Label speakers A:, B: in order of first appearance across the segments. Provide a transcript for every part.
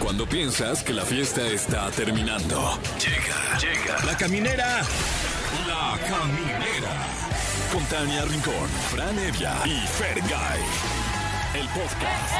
A: Cuando piensas que la fiesta está terminando. Llega, llega. La caminera. La caminera. Con Tania Rincón, Fran Evia y Fer El podcast.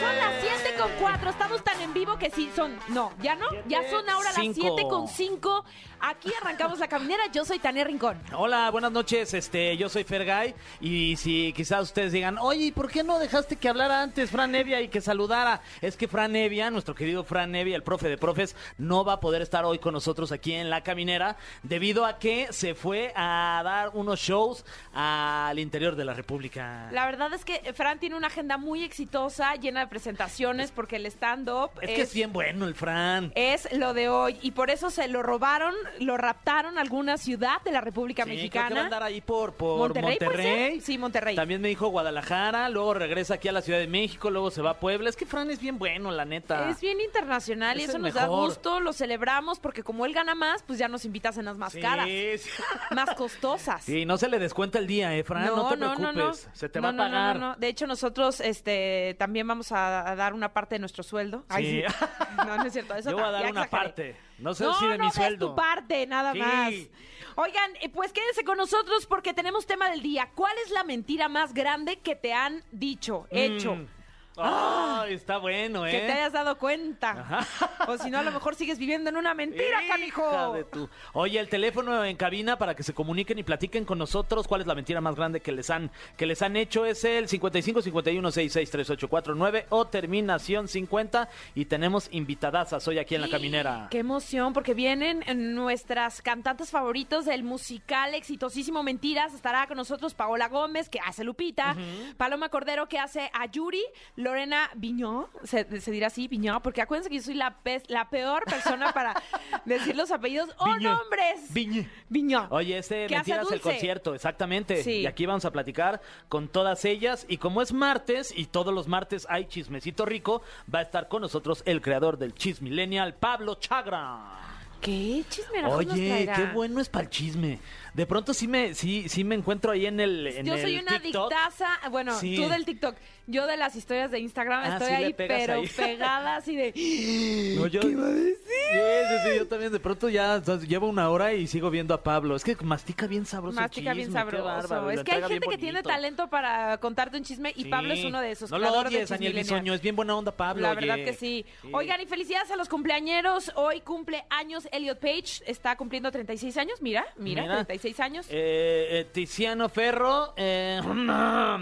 B: Son las 7 con 4, estamos tan en vivo que sí son, no, ya no, ya son ahora las
C: Cinco.
B: 7 con 5. Aquí arrancamos la caminera, yo soy Tania Rincón.
C: Hola, buenas noches. Este, yo soy Fergay y si quizás ustedes digan, oye, ¿y por qué no dejaste que hablara antes Fran Evia y que saludara? Es que Fran Evia, nuestro querido Fran Evia, el profe de profes, no va a poder estar hoy con nosotros aquí en la caminera debido a que se fue a dar unos shows al interior de la República.
B: La verdad es que Fran tiene una agenda muy exitosa, llena de presentaciones, porque el stand-up
C: Es que es bien bueno el Fran.
B: es lo de hoy y por eso se lo robaron, lo raptaron a alguna ciudad de la República
C: Sí, creo que va a andar
B: Mexicana.
C: ahí por, por
B: Monterrey,
C: Monterrey.
B: puede ser. Sí, Monterrey.
C: También me dijo Guadalajara, luego regresa aquí a la Ciudad de México, luego se va a Puebla. Es que Fran es bien bueno, la neta.
B: Es bien internacional y
C: Es
B: eso
C: el
B: nos da
C: mejor.
B: gusto, lo celebramos porque como él gana más, pues ya nos invita a cenas más caras,
C: Sí, sí.
B: más costosas.
C: Sí, no se le descuenta el día, eh, Fran, no, te preocupes. Se te va
B: No,
C: a
B: no, no,
C: pagar.
B: no, no. De hecho, nosotros este, también vamos a, a dar una parte de nuestro sueldo. Ay,
C: Sí.
B: No, no es cierto. Eso
C: Yo voy a
B: ta-
C: dar
B: ya
C: una
B: exageré.
C: parte. No sé si de
B: no
C: mi
B: des
C: sueldo.
B: tu parte, nada
C: Sí.
B: más. Oigan, eh, pues quédense con nosotros porque tenemos tema del día. ¿Cuál es la mentira más grande que te han dicho, hecho?
C: Mm. Ah, está bueno, ¿eh?
B: Que te hayas dado cuenta.
C: Ajá.
B: O si no, a lo mejor sigues viviendo en una mentira,
C: Hija
B: canijo.
C: de tu- Oye, el teléfono en cabina para que se comuniquen y platiquen con nosotros cuál es la mentira más grande que les han que les han hecho es el 55 51 66 3849 o terminación 50 y tenemos invitadazas hoy aquí en la caminera.
B: Qué emoción, porque vienen nuestras cantantes favoritas del musical exitosísimo Mentiras. Estará con nosotros Paola Gómez, que hace Lupita, Paloma Cordero, que hace a Yuri, Lorena Viñó, se, se dirá así, Viñó, porque acuérdense que yo soy la, pes- la peor persona para decir los apellidos o
C: Viñó.
B: nombres.
C: Viñe.
B: Viñó.
C: Oye, este
B: Que hace
C: Mentiras el
B: Dulce.
C: concierto, exactamente.
B: Sí.
C: Y aquí vamos a platicar con todas ellas. Y como es martes, y todos los martes hay chismecito rico, va a estar con nosotros el creador del Chis Millennial, Pablo Chagra.
B: ¿Qué chisme
C: Oye, qué bueno es para el chisme. De pronto sí me, sí, sí me encuentro ahí en el. en
B: Yo
C: el
B: soy una
C: TikTok.
B: dictaza, bueno,
C: Sí.
B: tú del TikTok, yo de las historias de Instagram
C: Ah,
B: estoy
C: sí, le
B: ahí,
C: pegas
B: pero
C: ahí.
B: pegada así de...
C: No, yo- Sí, sí, sí, yo también de pronto ya o sea, llevo una hora y sigo viendo a Pablo. Es que mastica bien sabroso. Pues, el
B: Mastica bien
C: chisme, qué
B: sabroso.
C: bárbaro, y
B: es
C: lo
B: que hay
C: entrega bien
B: gente que tiene
C: bonito.
B: talento para contarte un chisme y
C: Sí.
B: Pablo es uno de esos.
C: No lo
B: creador de
C: odies, Daniel
B: Chismilenial.
C: Bisoño. Es bien buena onda, Pablo.
B: La verdad
C: oye.
B: que sí. Oigan, y felicidades a los cumpleañeros. Hoy cumple años Elliot Page. Está cumpliendo 36 años. Mira, mira,
C: Mira.
B: 36 años.
C: Eh, eh, Tiziano Ferro, eh,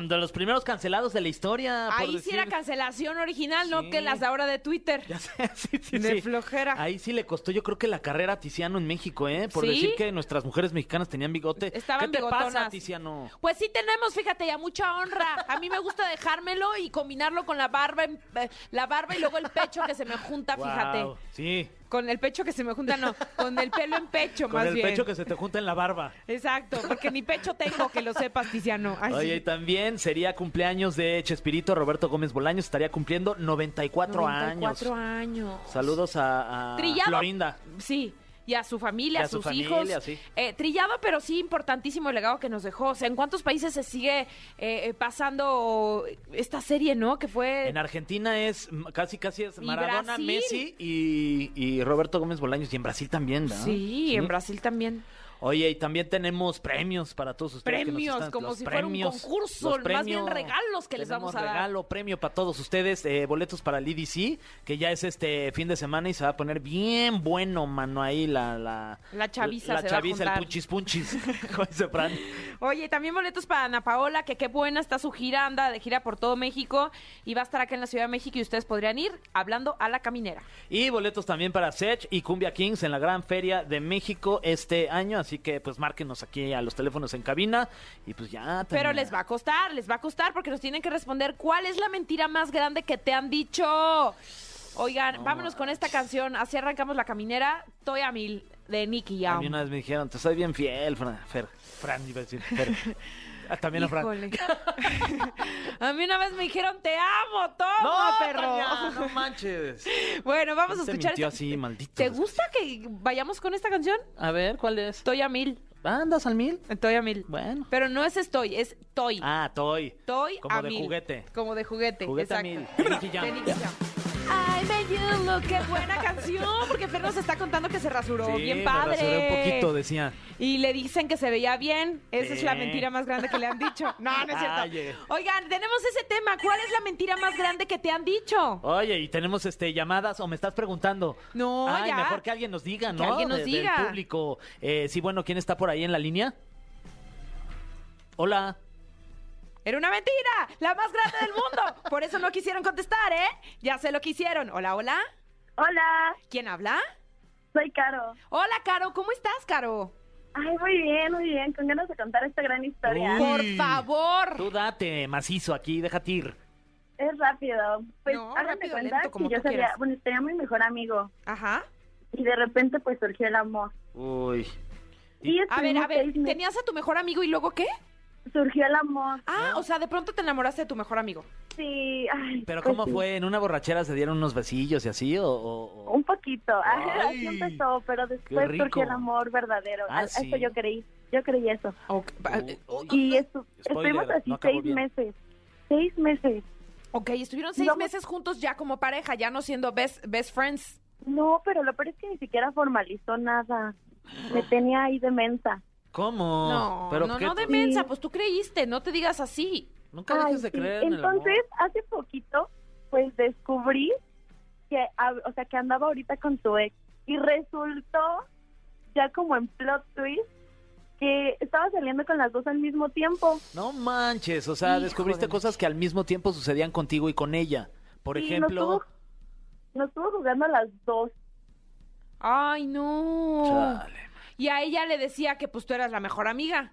C: de los primeros cancelados de la historia. por
B: Ahí sí era
C: decir-
B: cancelación original, no
C: Sí.
B: que las de ahora de Twitter.
C: Ya sé, sí, sí,
B: De
C: sí.
B: flojera.
C: Ahí sí le costó, yo creo que la carrera a Tiziano en México, ¿eh? Por
B: ¿Sí?
C: decir que nuestras mujeres mexicanas tenían bigote.
B: Estaban
C: ¿Qué te pasa,
B: bigotonas.
C: Tiziano?
B: Pues sí tenemos, fíjate, y a mucha honra. A mí me gusta dejármelo y combinarlo con la barba, en- eh, la barba y luego el pecho que se me junta, Ah, fíjate.
C: Guau, Sí,
B: Con el pecho que se me junta, no, con el pelo en pecho
C: con
B: más
C: el
B: bien.
C: pecho que se te junta en la barba.
B: Exacto, porque ni pecho tengo, que lo sepas, Tiziano. Ay,
C: Oye, y
B: sí.
C: también sería cumpleaños de Chespirito Roberto Gómez Bolaños, estaría cumpliendo 94,
B: 94
C: años.
B: años.
C: Saludos a, a
B: Trillado.
C: Florinda.
B: Sí. Y a su familia,
C: Y
B: a,
C: a su
B: sus
C: familia,
B: hijos.
C: sí.
B: Eh, trillado, pero sí importantísimo el legado que nos dejó. O sea, ¿en cuántos países se sigue eh, eh, pasando esta serie, no? Que fue.
C: En Argentina es mm, casi casi es
B: Eh. Y
C: Maradona,
B: Brasil.
C: Messi y, y Roberto Gómez Bolaños y en Brasil también, ¿verdad?
B: Sí, en Brasil también.
C: Oye, y también tenemos premios para todos ustedes. que nos
B: Premios,
C: están-
B: como
C: los
B: si fuera un
C: premios,
B: concurso,
C: los
B: más bien regalos que les
C: Tenemos
B: vamos a dar.
C: Regalo, premio para todos ustedes, eh, boletos para el IDC, que ya es este fin de semana y se va a poner bien bueno, mano, ahí la... La,
B: La chaviza
C: La
B: se va a
C: chaviza,
B: juntar.
C: el punchis punchis, como dice Fran.
B: Oye, también boletos para Ana Paola, que qué buena está su gira, anda de gira por todo México y va a estar acá en la Ciudad de México y ustedes podrían ir hablando a la caminera.
C: Y boletos también para Sech y Cumbia Kings en la Gran Feria de México este año, así que pues márquenos aquí a los teléfonos en cabina y pues ya...
B: Pero
C: Tania.
B: les va a costar, les va a costar porque nos tienen que responder cuál es la mentira más grande que te han dicho. Oigan, vámonos con esta canción, así arrancamos la caminera, Toy a Mil de Nicky
C: A
B: Jam.
C: mí una vez me dijeron, te soy bien fiel, Fran. Fer. Fran, iba a decir. Fer. Ah, También a Fran.
B: Híjole. a mí una vez me dijeron, te amo, toma, perro.
C: Tania, no manches.
B: Bueno, vamos a
C: Se
B: escuchar
C: Este mintió
B: esta-
C: así, maldito.
B: ¿Te gusta que vayamos con esta canción?
C: A ver, ¿cuál es?
B: Toya Mil.
C: Ah, ¿Andas al mil?
B: Estoy a mil.
C: Bueno.
B: Pero no es estoy, es toy.
C: Ah, toy.
B: Toy
C: Como
B: a
C: de
B: mil.
C: juguete.
B: Como de juguete.
C: Juguete a
B: exacto.
C: mil. De Nicky Jam.
B: De Nicky Jam. Ay, me you look, qué buena canción, porque Fer nos está contando que se rasuró,
C: Sí,
B: bien
C: me
B: padre.
C: rasuré un poquito, decía.
B: Y le dicen que se veía bien. Esa es la
C: Sí.
B: mentira más grande que le han dicho. No, no es cierto.
C: Ay, eh.
B: Oigan, tenemos ese tema. ¿Cuál es la mentira más grande que te han dicho?
C: Oye, y tenemos este llamadas o me estás preguntando.
B: No,
C: Ay,
B: ya.
C: mejor que alguien nos diga, ¿no?
B: Que alguien nos
C: De-
B: diga.
C: Del público. Eh, sí, bueno, ¿quién está por ahí en la línea? Hola.
B: Era una mentira, la más grande del mundo. Por eso no quisieron contestar, ¿eh? Ya sé lo que hicieron. Hola, hola.
D: Hola,
B: ¿Quién habla?
D: soy Caro.
B: Hola, Caro. ¿Cómo estás, Caro?
D: Ay, muy bien, muy bien. Con ganas de contar esta gran
C: Uy.
D: historia.
B: Por favor.
C: Tú date macizo aquí, déjate ir.
D: Es rápido. Pues
B: No,
D: háganme
B: rápido,
D: cuenta
B: lento, como
D: que yo
B: tú quieras.
D: sería, bueno, sería mi mejor amigo.
B: Ajá.
D: Y de repente, pues surgió el amor.
C: Uy.
B: A
D: Y
B: ver,
D: estuvimos
B: a ver,
D: seis meses.
B: tenías a tu mejor amigo y luego qué?
D: Surgió el amor.
B: Ah, o sea, de pronto te enamoraste de tu mejor amigo.
D: Sí. Ay,
C: ¿Pero
D: pues
C: cómo
D: sí.
C: fue? ¿En una borrachera se dieron unos besillos y así? ¿O, o- o-
D: Un poquito. Ay,
C: Ay,
D: así empezó, pero después
C: rico.
D: surgió el amor verdadero.
C: Ah,
D: A- a
C: sí.
D: Eso yo creí. Yo creí eso.
B: Ok, va-
D: Y estu-
C: Spoiler,
D: estuvimos así
C: no acabó
D: seis
C: bien.
D: meses. Seis meses.
B: ok, estuvieron seis
D: No, pues-
B: meses juntos ya como pareja, ya no siendo best, best friends.
D: No, pero lo peor es que ni siquiera formalizó nada.
C: Ah.
D: Me tenía ahí de mensa.
C: ¿Cómo?
B: No,
C: ¿Pero
B: no,
C: qué-
B: no de mensa, pues tú creíste, no te digas así.
C: Nunca
D: Ay,
C: dejes de
D: sí.
C: creer en el amor.
D: Entonces, hace poquito, pues descubrí que, a- o sea, que andaba ahorita con su ex y resultó, ya como en plot twist, que estaba saliendo con las dos al mismo tiempo.
C: No manches, o sea,
B: Hijo
C: descubriste
B: de
C: cosas que al mismo tiempo sucedían contigo y con ella. Por
D: Sí,
C: ejemplo,
D: nos tuvo, nos tuvo jugando a las dos.
B: Ay, no.
C: Chale.
B: Y a ella le decía que pues tú eras la mejor amiga.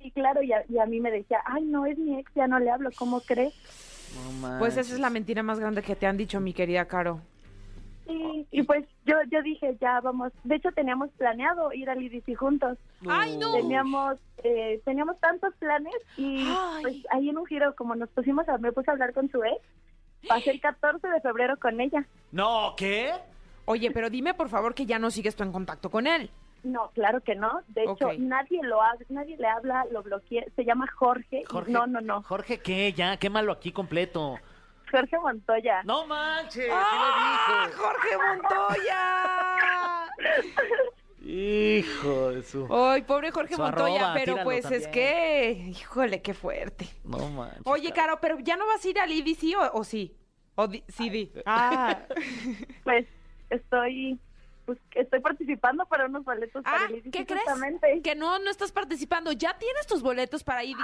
D: Y claro, y a, y a mí me decía, ay, no, es mi ex, ya no le hablo, ¿cómo crees?
C: no manches.
B: Pues esa es la mentira más grande que te han dicho, mi querida Caro.
D: Sí, y pues yo, yo dije, ya vamos. De hecho, teníamos planeado ir al IDC juntos.
B: Ay, no.
D: teníamos eh, teníamos tantos planes y
B: Ay.
D: pues ahí en un giro como nos pusimos a me puse a hablar con su ex pasé el 14 de febrero con ella
C: No, ¿qué?
B: Oye, pero dime por favor que ya no sigues tú en contacto con él.
D: no claro que no de hecho
B: Ok.
D: nadie lo hab- nadie le habla lo bloqueé se llama Jorge, y
C: Jorge.
D: no no no
C: Jorge, ¿qué? Ya, quémalo aquí completo.
D: Jorge Montoya
C: No manches,
B: ¡Ah,
C: sí
B: Jorge Montoya!
C: lo dijo. Hijo de su.
B: Ay, pobre Jorge
C: Su
B: Montoya,
C: arroba,
B: pero
C: tíralo
B: pues es
C: también.
B: que, híjole, qué fuerte.
C: No manches.
B: Oye,
C: cara.
B: Caro, pero ¿ya no vas a ir al IDC o, o sí? O di- sí, di. Ah,
D: pues estoy pues, estoy participando para unos boletos para
B: Ah,
D: el IDC
B: ¿qué crees?
D: justamente.
B: Que no, no estás participando. Ya tienes tus boletos para ID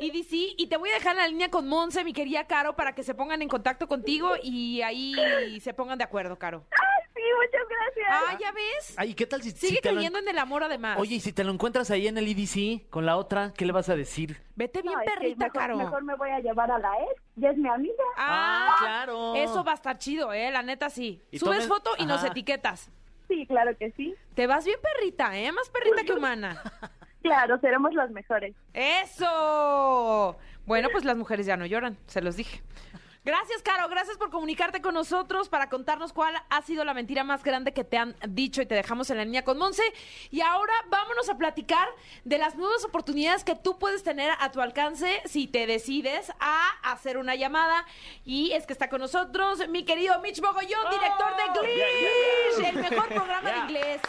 B: IDC y te voy a dejar en la línea con Monse, mi querida Caro, para que se pongan en contacto contigo y ahí se pongan de acuerdo, Caro.
D: ay sí muchas gracias
B: Ah, ¿ya ves?
C: Ay, ¿qué tal si si
B: Sigue
C: te lo-
B: creyendo en el amor además.
C: Oye, y si te lo encuentras ahí en el IDC con la otra, ¿qué le vas a decir?
B: Vete bien
D: No, es que
B: perrita,
D: mejor,
B: Caro.
D: mejor me voy a llevar a la ex ya es mi amiga
B: Ah,
C: Ah, claro.
B: Eso va a estar chido, eh, la neta sí.
C: Y
B: Subes
C: tomen-
B: foto y nos
C: Ajá.
B: etiquetas.
D: sí claro que sí
B: Te vas bien perrita, eh, más perrita que humana.
D: claro seremos los mejores
B: ¡Eso! Bueno, pues las mujeres ya no lloran, se los dije. Gracias, Caro, gracias por comunicarte con nosotros para contarnos cuál ha sido la mentira más grande que te han dicho y te dejamos en la línea con Monse. Y ahora vámonos a platicar de las nuevas oportunidades que tú puedes tener a tu alcance si te decides a hacer una llamada. Y es que está con nosotros mi querido Mitch Mogollón, director de Glitch, el mejor programa de inglés.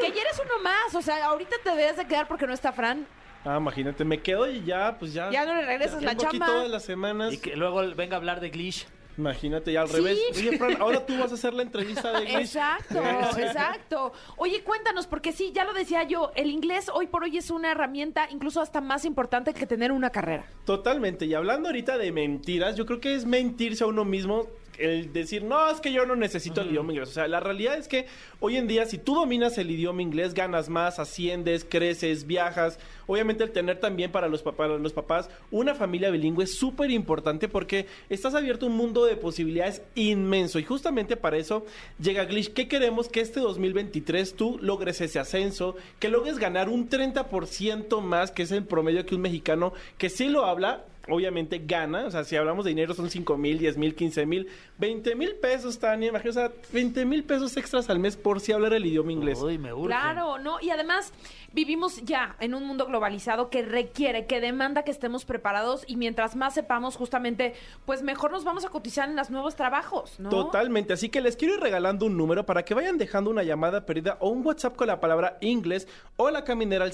B: Que ya eres uno más, o sea, ahorita te debes de quedar porque no está Fran.
E: Ah, imagínate, me quedo y ya, pues ya.
B: Ya no le regresas la
E: tengo aquí
B: chamba.
E: todas las semanas.
C: Y que luego venga a hablar de Glitch.
E: Imagínate, ya al
B: Sí.
E: revés. Oye, Fran, ahora tú vas a hacer la entrevista de English.
B: Exacto, exacto. Oye, cuéntanos, porque sí, ya lo decía yo, el inglés hoy por hoy es una herramienta incluso hasta más importante que tener una carrera.
E: Totalmente. Y hablando ahorita de mentiras, yo creo que es mentirse a uno mismo el decir, no, es que yo no necesito el idioma inglés. O sea, la realidad es que hoy en día, si tú dominas el idioma inglés, ganas más, asciendes, creces, viajas. Obviamente, el tener también para los, papás, para los papás una familia bilingüe es súper importante porque estás abierto a un mundo de posibilidades inmenso. Y justamente para eso llega Glitch. ¿Qué queremos? Que este 2023 tú logres ese ascenso, que logres ganar un 30% más, que es el promedio que un mexicano que sí lo habla obviamente gana. O sea, si hablamos de dinero, son 5 mil, 10 mil, 15 mil, 20 mil pesos, Tania. Imagínate, o sea, 20 mil pesos extras al mes por si hablar el idioma inglés.
C: Uy, me urge.
B: Claro, ¿no? Y además vivimos ya en un mundo globalizado que requiere, que demanda que estemos preparados y mientras más sepamos justamente, pues mejor nos vamos a cotizar en los nuevos trabajos, ¿no?
E: Totalmente, así que les quiero ir regalando un número para que vayan dejando una llamada perdida o un WhatsApp con la palabra inglés o la caminera al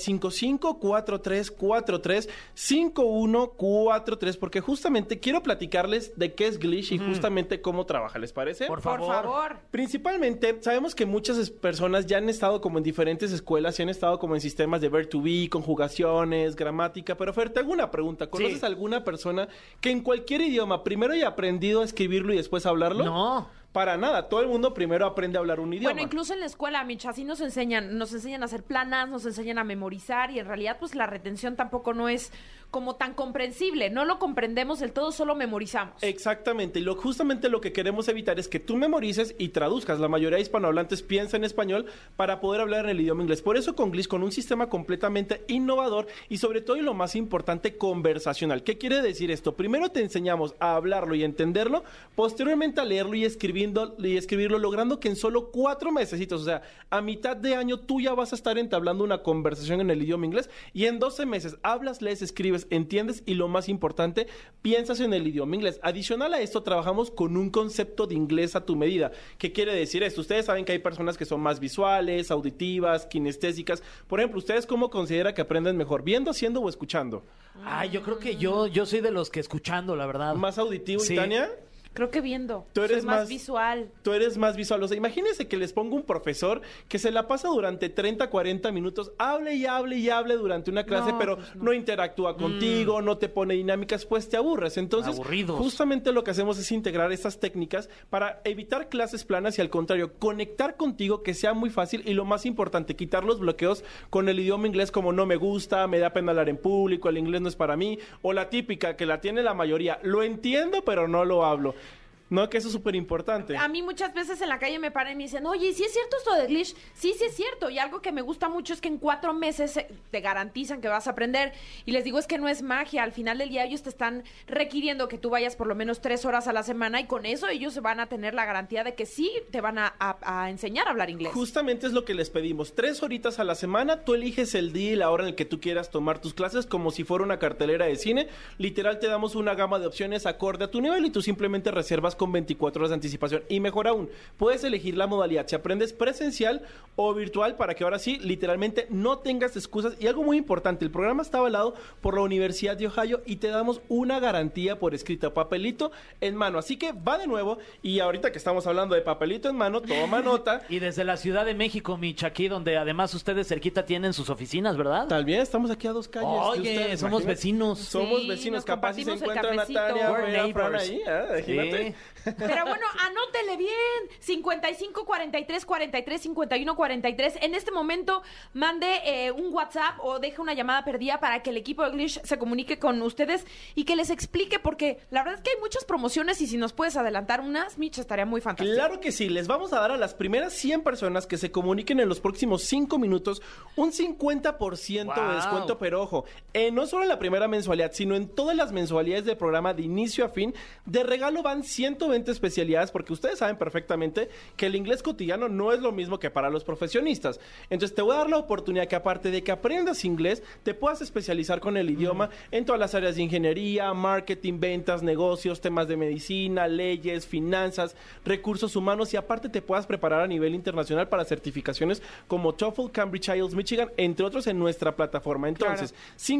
E: 5543435143 porque justamente quiero platicarles de qué es Glitch y justamente cómo trabaja, ¿les parece?
C: Por
B: Por
C: favor.
B: favor.
E: Principalmente, sabemos que muchas es- personas ya han estado como en diferentes escuelas y han estado como en sistemas de ver to be, conjugaciones, gramática, pero Fer, te hago una pregunta. ¿Conoces
C: Sí.
E: alguna persona que en cualquier idioma primero haya aprendido a escribirlo y después a hablarlo?
C: No.
E: Para nada, todo el mundo primero aprende a hablar un idioma.
B: Bueno, incluso en la escuela, Micha, así nos enseñan, nos enseñan a hacer planas, nos enseñan a memorizar y en realidad pues la retención tampoco no es como tan comprensible, no lo comprendemos del todo, solo memorizamos.
E: Eh, Exactamente, y lo, justamente lo que queremos evitar es que tú memorices y traduzcas. La mayoría de hispanohablantes piensa en español para poder hablar en el idioma inglés. Por eso con Glitch, con un sistema completamente innovador y sobre todo y lo más importante, conversacional. ¿Qué quiere decir esto? Primero te enseñamos a hablarlo y entenderlo, posteriormente a leerlo y, escribiendo, y escribirlo, logrando que en solo cuatro mesecitos, o sea, a mitad de año tú ya vas a estar entablando una conversación en el idioma inglés y en 12 meses hablas, lees, escribes, entiendes y lo más importante, piensas en el idioma inglés. Adicional a esto, trabajamos con un concepto de inglés a tu medida. ¿Qué quiere decir esto? Ustedes saben que hay personas que son más visuales, auditivas, kinestésicas. Por ejemplo, ¿ustedes cómo considera que aprenden mejor? ¿Viendo, haciendo o escuchando?
C: Ay, yo creo que yo, yo soy de los que escuchando, la verdad.
E: ¿Más auditivo,
C: Sí.
E: y Tania?
B: Creo que viendo,
E: Tú eres
B: soy más,
E: más-
B: visual.
E: Tú eres más visual. O sea, imagínense que les pongo un profesor que se la pasa durante 30, 40 minutos, hable y hable y hable durante una clase,
B: No,
E: pero
B: pues no. Mm.
E: no. interactúa contigo, no te pone dinámicas, pues te aburres. Entonces,
C: Aburridos.
E: justamente lo que hacemos es integrar estas técnicas para evitar clases planas y al contrario, conectar contigo que sea muy fácil y lo más importante, quitar los bloqueos con el idioma inglés como no me gusta, me da pena hablar en público, el inglés no es para mí, o la típica que la tiene la mayoría, lo entiendo pero no lo hablo. No, que eso es súper importante.
B: A mí muchas veces en la calle me paran y me dicen, oye, ¿sí es cierto esto de Glitch? Sí, sí es cierto. Y algo que me gusta mucho es que en cuatro meses eh, te garantizan que vas a aprender. Y les digo, es que no es magia. Al final del día ellos te están requiriendo que tú vayas por lo menos tres horas a la semana y con eso ellos van a tener la garantía de que sí te van a, a- a enseñar a hablar inglés.
E: Justamente es lo que les pedimos. Tres horitas a la semana, tú eliges el día y la hora en el que tú quieras tomar tus clases como si fuera una cartelera de cine. Literal te damos una gama de opciones acorde a tu nivel y tú simplemente reservas con 24 horas de anticipación. Y mejor aún, puedes elegir la modalidad, si aprendes presencial o virtual para que ahora sí, literalmente no tengas excusas. Y algo muy importante, el programa está avalado por la Universidad de Ohio y te damos una garantía por escrita, papelito en mano. Así que va de nuevo y ahorita que estamos hablando de papelito en mano, toma nota.
C: Y desde la Ciudad de México, Micha, aquí donde además ustedes cerquita tienen sus oficinas, ¿verdad?
E: Tal bien, estamos aquí a dos calles. de
C: Oye,
E: ustedes,
C: somos
E: imagínate.
C: vecinos.
E: Somos
B: Sí,
E: vecinos,
B: nos
E: capaz si se
B: compartimos el
E: encuentra
B: cafecito.
E: Natalia,
C: We're
E: Fran
C: neighbors.
E: ahí, ¿eh? imagínate.
B: Pero bueno, anótele bien. 55 43 43 51 43. En este momento, mande eh, un WhatsApp o deje una llamada perdida para que el equipo de Glitch se comunique con ustedes y que les explique, porque la verdad es que hay muchas promociones y si nos puedes adelantar unas, Mitch, estaría muy fantástico.
E: Claro que sí, les vamos a dar a las primeras 100 personas que se comuniquen en los próximos 5 minutos un 50%
C: Wow.
E: de descuento, pero ojo, eh, no solo en la primera mensualidad, sino en todas las mensualidades del programa de inicio a fin, de regalo van 120 especialidades, porque ustedes saben perfectamente que el inglés cotidiano no es lo mismo que para los profesionistas. Entonces te voy a dar la oportunidad que aparte de que aprendas inglés, te puedas especializar con el idioma en todas las áreas de ingeniería, marketing, ventas, negocios, temas de medicina, leyes, finanzas, recursos humanos y aparte te puedas preparar a nivel internacional para certificaciones como TOEFL, Cambridge IELTS, Michigan, entre otros en nuestra plataforma. Entonces,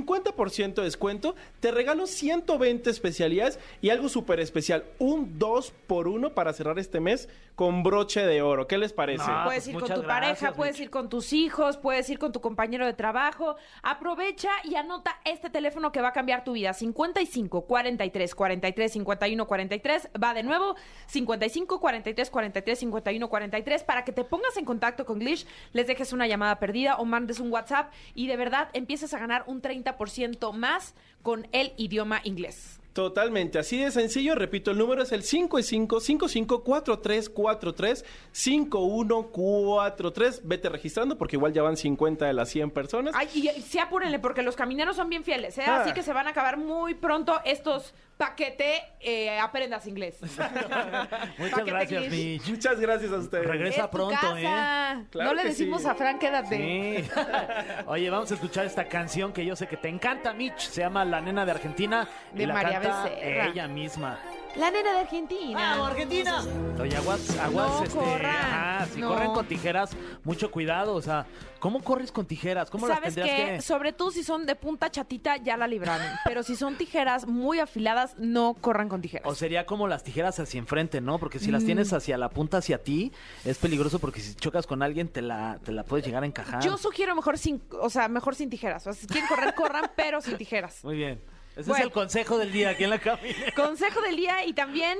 E: 50% de descuento, te regalo 120 especialidades y algo súper especial, un 2 por 1 para cerrar este mes con broche de oro. ¿Qué les parece?
C: Ah,
B: puedes
C: pues
B: ir con
C: muchas
B: tu
C: gracias,
B: pareja, puedes
C: Michi.
B: ir con tus hijos, puedes ir con tu compañero de trabajo. Aprovecha y anota este teléfono que va a cambiar tu vida. 55 43 43 51 43. Va de nuevo 55 43 43 51 43 para que te pongas en contacto con Glitch, les dejes una llamada perdida o mandes un WhatsApp y de verdad empieces a ganar un 30% más con el idioma inglés.
E: Totalmente, así de sencillo, repito, el número es el 55-55-4343-5143. Vete registrando porque igual ya van 50 de las 100 personas.
B: Ay, y, y sí, apúrenle, porque los camineros son bien fieles, ¿eh?
E: Ah.
B: Así que se van a acabar muy pronto estos paquete eh, aprendas inglés.
C: Muchas
B: Paquete
C: gracias,
B: Glitch.
C: Mitch.
E: Muchas gracias a ustedes.
C: Regresa.
B: Es tu
C: pronto, ¿eh?
B: casa.
E: Claro
B: no le
E: que
B: decimos
E: sí.
B: a Fran, quédate.
C: Sí. Oye, vamos a escuchar esta canción que yo sé que te encanta, Mitch. Se llama La Nena de Argentina. y
B: De
C: la
B: María
C: canta
B: Becerra.
C: Ella misma.
B: La nena de Argentina.
C: Argentina! Oye, aguas, aguas,
B: No
C: este.
B: corran,
C: ajá, si
B: no.
C: corren con tijeras, mucho cuidado. O sea, ¿cómo corres con tijeras? ¿Cómo las
B: ¿Sabes
C: tendrías
B: qué?
C: que.?
B: Sobre todo si son de punta chatita, ya la libraron. Pero si son tijeras muy afiladas, no corran con tijeras.
C: O sería como las tijeras hacia enfrente, ¿no? Porque si las
B: Mm.
C: tienes hacia la punta, hacia ti, es peligroso porque si chocas con alguien te la, te la puedes llegar a encajar.
B: Yo sugiero mejor sin, o sea, mejor sin tijeras. O sea, si quieren correr, corran, pero sin tijeras.
C: Muy bien. Ese
B: Bueno.
C: es el consejo del día aquí en la cabina.
B: Consejo del día y también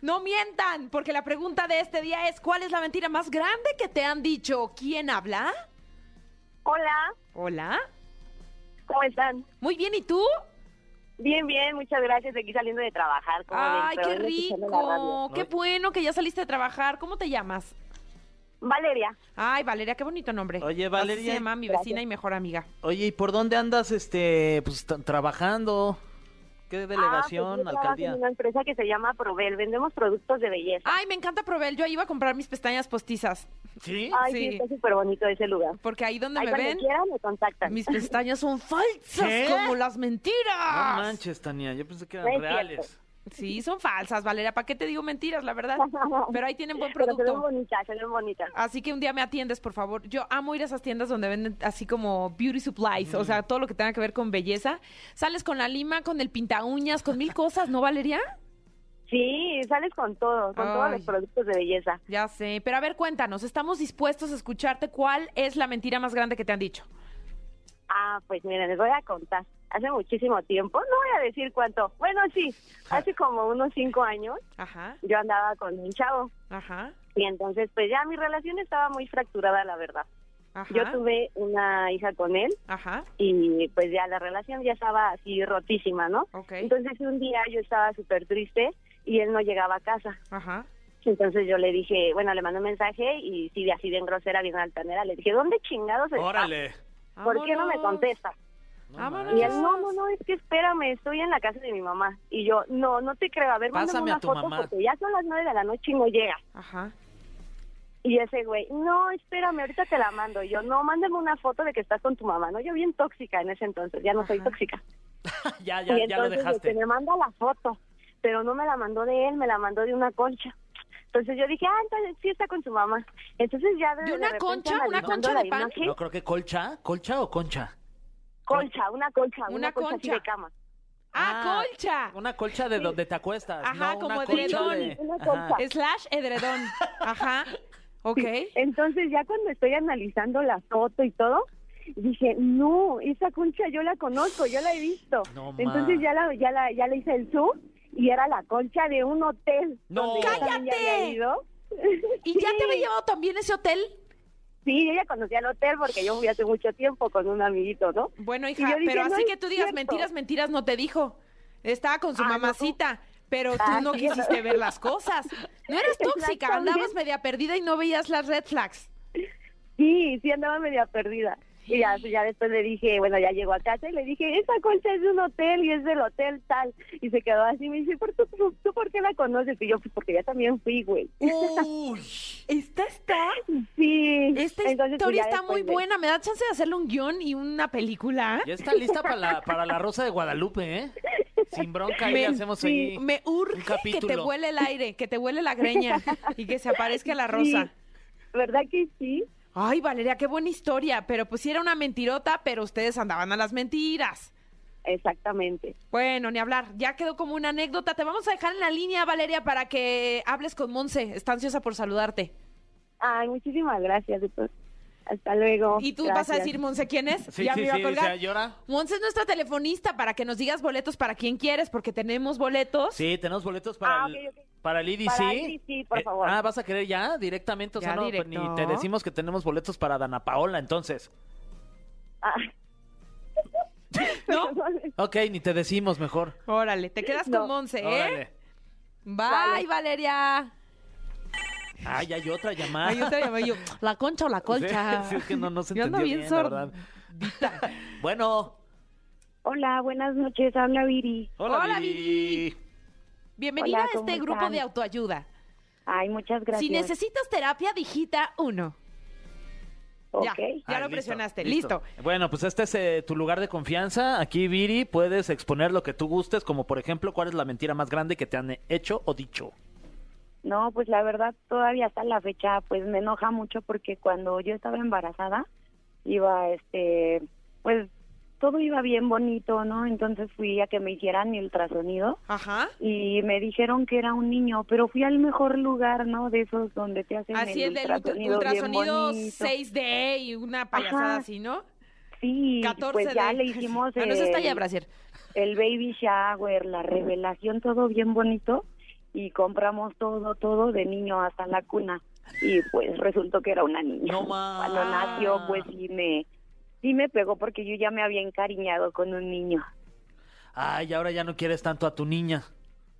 B: no mientan, porque la pregunta de este día es ¿cuál es la mentira más grande que te han dicho? ¿Quién habla?
D: Hola,
B: Hola.
D: ¿cómo están?
B: Muy bien, ¿y tú?
D: Bien, bien, muchas gracias. Aquí saliendo de trabajar. ¿cómo ven?
B: Ay,
D: Pero
B: qué
D: vengo escuchando la radio.
B: rico. Qué bueno que ya saliste de trabajar. ¿Cómo te llamas?
D: Valeria, Ah, pues
B: Ay, Valeria, qué bonito nombre.
C: Oye,
B: Así se
C: Valeria.
B: llama mi vecina y mejor amiga.
C: Oye, ¿y por dónde andas, este, pues, t- trabajando? ¿Qué
D: Ah, pues
C: delegación,
D: yo trabajo
C: alcaldía?
D: en una empresa que se llama Probel. Vendemos productos de belleza.
B: Ay, me encanta Probel. Yo ahí iba a comprar mis pestañas postizas,
C: ¿Sí?
D: Ay, sí,
B: Ah, sí.
D: está súper bonito ese lugar.
B: porque ahí donde
D: Ahí
B: me
D: cuando
B: ven,
D: quieran me contactan.
B: mis pestañas son falsas
C: ¿Qué?
B: como las
C: No
B: mentiras.
C: manches, Tania, yo pensé que
D: No
C: eran
D: es
C: reales.
B: Sí, son falsas, Valeria. ¿Para qué te digo mentiras, la verdad? Pero ahí tienen buen
D: Pero se ven
B: producto.
D: bonitas, se ven bonitas.
B: Así que un día me atiendes, por favor. Yo amo ir a esas tiendas donde venden así como beauty supplies, o sea, todo lo que tenga que ver con belleza. Sales con la lima, con el pinta uñas, con mil cosas, ¿no, Valeria?
D: Sí, sales con todo, con todos
B: Ay.
D: los productos de belleza.
B: Ya sé. Pero a ver, cuéntanos, estamos dispuestos a escucharte cuál es la mentira más grande que te han dicho.
D: Ah, pues miren, les voy a contar. Hace muchísimo tiempo, no voy a decir cuánto. Bueno, sí, hace como unos cinco años
B: Ajá,
D: yo andaba con un chavo
B: ajá,
D: y entonces pues ya mi relación estaba muy fracturada, la verdad.
B: ajá.
D: Yo tuve una hija con él
B: Ajá,
D: y pues ya la relación ya estaba así rotísima, ¿no?
B: ok.
D: Entonces un día yo estaba súper triste y él no llegaba a casa.
B: Ajá.
D: Entonces yo le dije, bueno, le mandé un mensaje y sí, así bien grosera, bien altanera, le dije, ¿dónde chingados está?
C: Órale.
D: ¿Por qué no me
B: Vámonos.
D: contesta?
B: Vámonos.
D: Y él, no, no, no, es que espérame, estoy en la casa de mi mamá. Y yo, no, no te creo, a ver, mándame
C: Pásame a
D: una
C: tu
D: foto
C: mamá.
D: porque ya son las nueve de la noche y no llega.
B: Ajá.
D: Y ese güey, no, espérame, ahorita te la mando. Y yo, no, mándame una foto de que estás con tu mamá. No, yo bien tóxica en ese entonces, ya no soy
B: Ajá.
D: tóxica.
C: Ya, ya,
D: y
C: ya lo
D: entonces este, de
C: dejaste.
D: que me manda la foto, pero no me la mandó de él, me la mandó de una concha. Entonces yo dije, ah, entonces sí está con su mamá. Entonces ya de,
B: ¿De una
D: repente
B: concha? ¿Una
D: analizando
B: concha
D: la
B: de pan?
D: imagen,
C: No creo que colcha, colcha o concha.
D: Concha, una concha, una,
B: Una
D: concha, así
B: concha.
D: de cama.
B: Ah, colcha.
C: Una colcha de donde te acuestas.
B: Ajá,
C: no
B: como
C: una colcha
B: edredón.
C: de-
D: Una
C: Ajá.
D: colcha.
B: Slash edredón. Ajá. Ok.
D: Entonces ya cuando estoy analizando la foto y todo, dije, no, esa concha yo la conozco, yo la he visto.
C: No, ma.
D: Entonces ya la, ya la, ya le hice el zoom y era la concha de un hotel.
C: No.
D: donde yo también ya
B: ¡Cállate!
D: había ido.
B: ¿Y ya te había llevado también ese hotel?
D: Sí, yo ya conocía el hotel porque yo fui hace mucho tiempo con un amiguito, ¿no?
B: Bueno,
D: Y
B: hija,
D: yo dije,
B: pero
D: "No
B: así
D: es
B: que tú digas
D: cierto".
B: mentiras, mentiras, no te dijo. Estaba con su
D: Ah, no.
B: mamacita, pero tú
D: Ah,
B: no
D: sí.
B: quisiste ver las cosas. No eras tóxica,
D: Exactamente.
B: andabas media perdida y no veías las red flags.
D: Sí, sí andaba media perdida. Y ya, ya después le dije, bueno, ya llegó a casa y le dije, esa colcha es de un hotel y es del hotel tal. Y se quedó así, me dice, ¿Por, tú, tú, tú por qué la conoces? Y yo, pues porque ya también fui, güey.
C: Uy.
B: Esta está,
D: Sí.
B: esta
D: Entonces, pues,
B: historia
D: ya
B: está
D: después
B: muy
D: de-
B: buena. Me da chance de hacerle un guión y una película. ¿eh?
C: Ya está lista para la, para la Rosa de Guadalupe, ¿eh? Sin bronca, ahí
B: Me-
C: hacemos
B: sí,
C: ahí.
B: Me
C: un
B: urge que
C: capítulo.
B: te huele el aire, que te huele la greña y que se aparezca la rosa.
D: ¿Verdad que sí?
B: Ay, Valeria, qué buena historia. Pero pues sí era una mentirota, pero ustedes andaban a las mentiras.
D: Exactamente.
B: Bueno, ni hablar. Ya quedó como una anécdota. Te vamos a dejar en la línea, Valeria, para que hables con Monse. Está ansiosa por saludarte.
D: Ay, muchísimas gracias. entonces, Hasta luego.
B: Y tú vas a
D: Oh, Gracias.
B: decir, Monse, ¿quién es?
C: Sí,
B: ya
C: sí,
B: me iba a
C: sí,
B: colgar.
C: o sea, llora.
B: Monse es nuestra telefonista para que nos digas boletos para quien quieres, porque tenemos boletos.
C: Sí, tenemos boletos para,
D: Ah,
C: el,
D: ok, ok.
C: para el IDC.
D: Para el IDC, por favor.
C: ah, ¿vas a querer ya directamente? O sea,
B: Ya
C: no, pues,
B: directo.
C: ni te decimos que tenemos boletos para Dana Paola, entonces.
D: Ah,
B: ¿No?
C: Ok, ni te decimos mejor.
B: Órale, te quedas
D: No.
B: con Monse, ¿eh?
C: Órale. Ah.
B: Bye,
D: Vale.
B: Valeria.
C: Ay, hay otra llamada.
B: Ay, yo te llamé yo, la concha o la colcha.
C: Sí, sí, es que no, no se
B: Yo ando
C: entendió bien,
B: bien
C: la
B: sorda.
C: verdad. Bueno.
D: Hola, buenas noches, habla Viri.
C: Hola,
B: Hola,
C: Viri.
B: Bienvenida
D: Hola,
B: a
D: ¿cómo
B: este grupo
D: están?
B: de autoayuda.
D: Ay, muchas gracias.
B: Si necesitas terapia, digita uno. Ya,
D: Ok.
B: ya
C: Ah,
B: lo
C: listo,
B: presionaste. Listo.
C: Bueno, pues este es eh, tu lugar de confianza. Aquí, Viri, puedes exponer lo que tú gustes, como por ejemplo, cuál es la mentira más grande que te han hecho o dicho.
D: No, pues la verdad todavía hasta la fecha pues me enoja mucho porque cuando yo estaba embarazada iba este pues todo iba bien bonito, ¿no? Entonces fui a que me hicieran mi ultrasonido
B: Ajá.
D: y me dijeron que era un niño, pero fui al mejor lugar, ¿no? De esos donde te hacen
B: Así
D: este,
B: es,
D: el
B: del ultra-
D: ultrasonido,
B: ultrasonido
D: bien bonito.
B: 6D y una payasada
D: Ajá.
B: así, ¿no?
D: Sí,
B: 14D.
D: pues ya le hicimos
B: Ah, no, eso está ya,
D: el-
B: Brasier.
D: el baby shower, la revelación, todo bien bonito y compramos todo, todo de niño hasta la cuna y pues resultó que era una niña.
C: No ma.
D: Cuando nació pues sí me, sí me pegó porque yo ya me había encariñado con un niño.
C: Ay, ahora ya no quieres tanto a tu niña.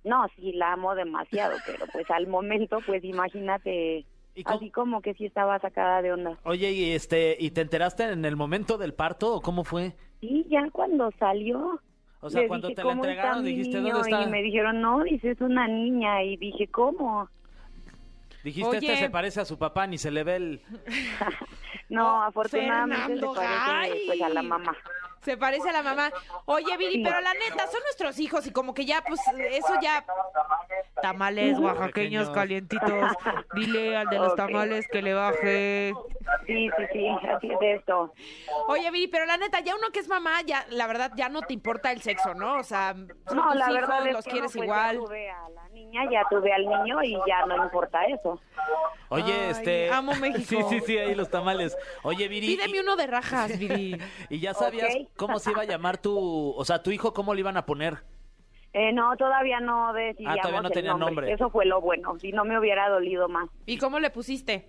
D: No, sí la amo demasiado, pero pues al momento pues imagínate,
C: ¿Y cómo-
D: así como que sí estaba sacada de onda.
C: Oye, y este, ¿y te enteraste en el momento del parto o cómo fue?
D: Sí, ya cuando salió.
C: O sea,
D: le
C: cuando
D: dije,
C: te la
D: "¿Cómo está
C: entregaron,
D: mi
C: dijiste,
D: niño?"
C: ¿dónde está?
D: Y me dijeron, no, dice, es una niña. Y dije, ¿cómo?
C: Dijiste, este
B: Oye.
C: se parece a su papá, ni se le ve el...
D: No,
B: Oh,
D: afortunadamente
B: Fernando,
D: se parece
B: ay.
D: pues, a la mamá.
B: Se parece a la mamá. Oye, Viri,
D: Sí.
B: pero la neta, son nuestros hijos y como que ya, pues, eso ya... Tamales
C: oaxaqueños
B: calientitos. Dile al
D: de los Ok. tamales
B: que le baje.
D: Sí, sí, sí, así es esto.
B: Oye, Viri, pero la neta, ya uno que es mamá, ya la verdad ya no te importa el sexo, ¿no? O sea, son
D: No,
B: tus
D: la
B: hijos,
D: verdad es
B: los
D: que no,
B: quieres
D: pues,
B: igual.
D: ya tuve a la niña, ya tuve al niño y ya no importa eso.
C: Oye,
B: Ay,
C: este...
B: amo México.
C: Sí, sí, sí, ahí los tamales. Oye, Viri...
B: Pídeme
C: y-
B: uno de rajas, Viri.
C: Y ya sabías
D: Ok.
C: cómo se iba a llamar tu, o sea, tu hijo, cómo le iban a poner.
D: Eh, no, todavía no decidíamos
C: Ah, todavía no
D: el
C: tenía
D: nombre.
C: nombre.
D: Eso fue lo bueno, si no me hubiera dolido más.
B: ¿Y cómo le pusiste?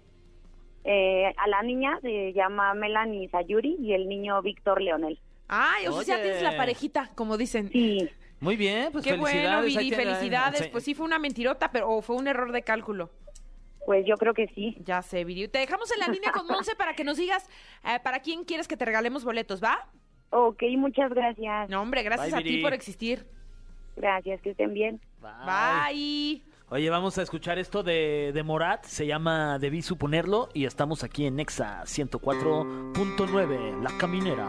D: Eh, a la niña se llama Melanie Sayuri y el niño Víctor Leonel.
B: Ay, o sea, ya
C: Oye.
B: tienes la parejita, como dicen.
D: Sí,
C: Muy bien, pues
B: Qué
C: felicidades.
B: bueno,
C: ahí
B: Viri,
C: tiene-
B: felicidades.
C: sí.
B: Pues sí fue una mentirota, pero o fue un error de cálculo.
D: pues yo creo que sí.
B: Ya sé, Viri. Te dejamos en la línea con Monse para que nos digas eh, para quién quieres que te regalemos boletos, ¿va?
D: Ok, muchas gracias.
B: No, hombre, gracias
C: Bye,
B: a ti
C: Viri.
B: por existir.
D: Gracias, que estén bien.
C: Bye.
B: Bye.
C: Oye, vamos a escuchar esto de, de Morat, se llama Debí suponerlo y estamos aquí en Nexa 104.9, La Caminera.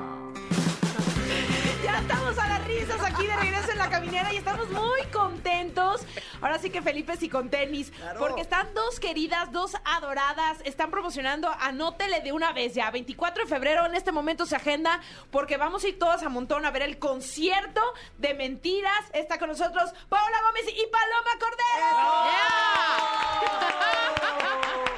B: Ya estamos a las risas aquí de regreso en la caminera y estamos muy contentos. Ahora sí que Felipe sí con tenis, porque están dos queridas, dos adoradas, están promocionando Anótele de una vez ya. 24 de febrero en este momento se agenda porque vamos a ir todas a montón a ver el concierto de mentiras. Está con nosotros Paola Gómez y Paloma Cordero.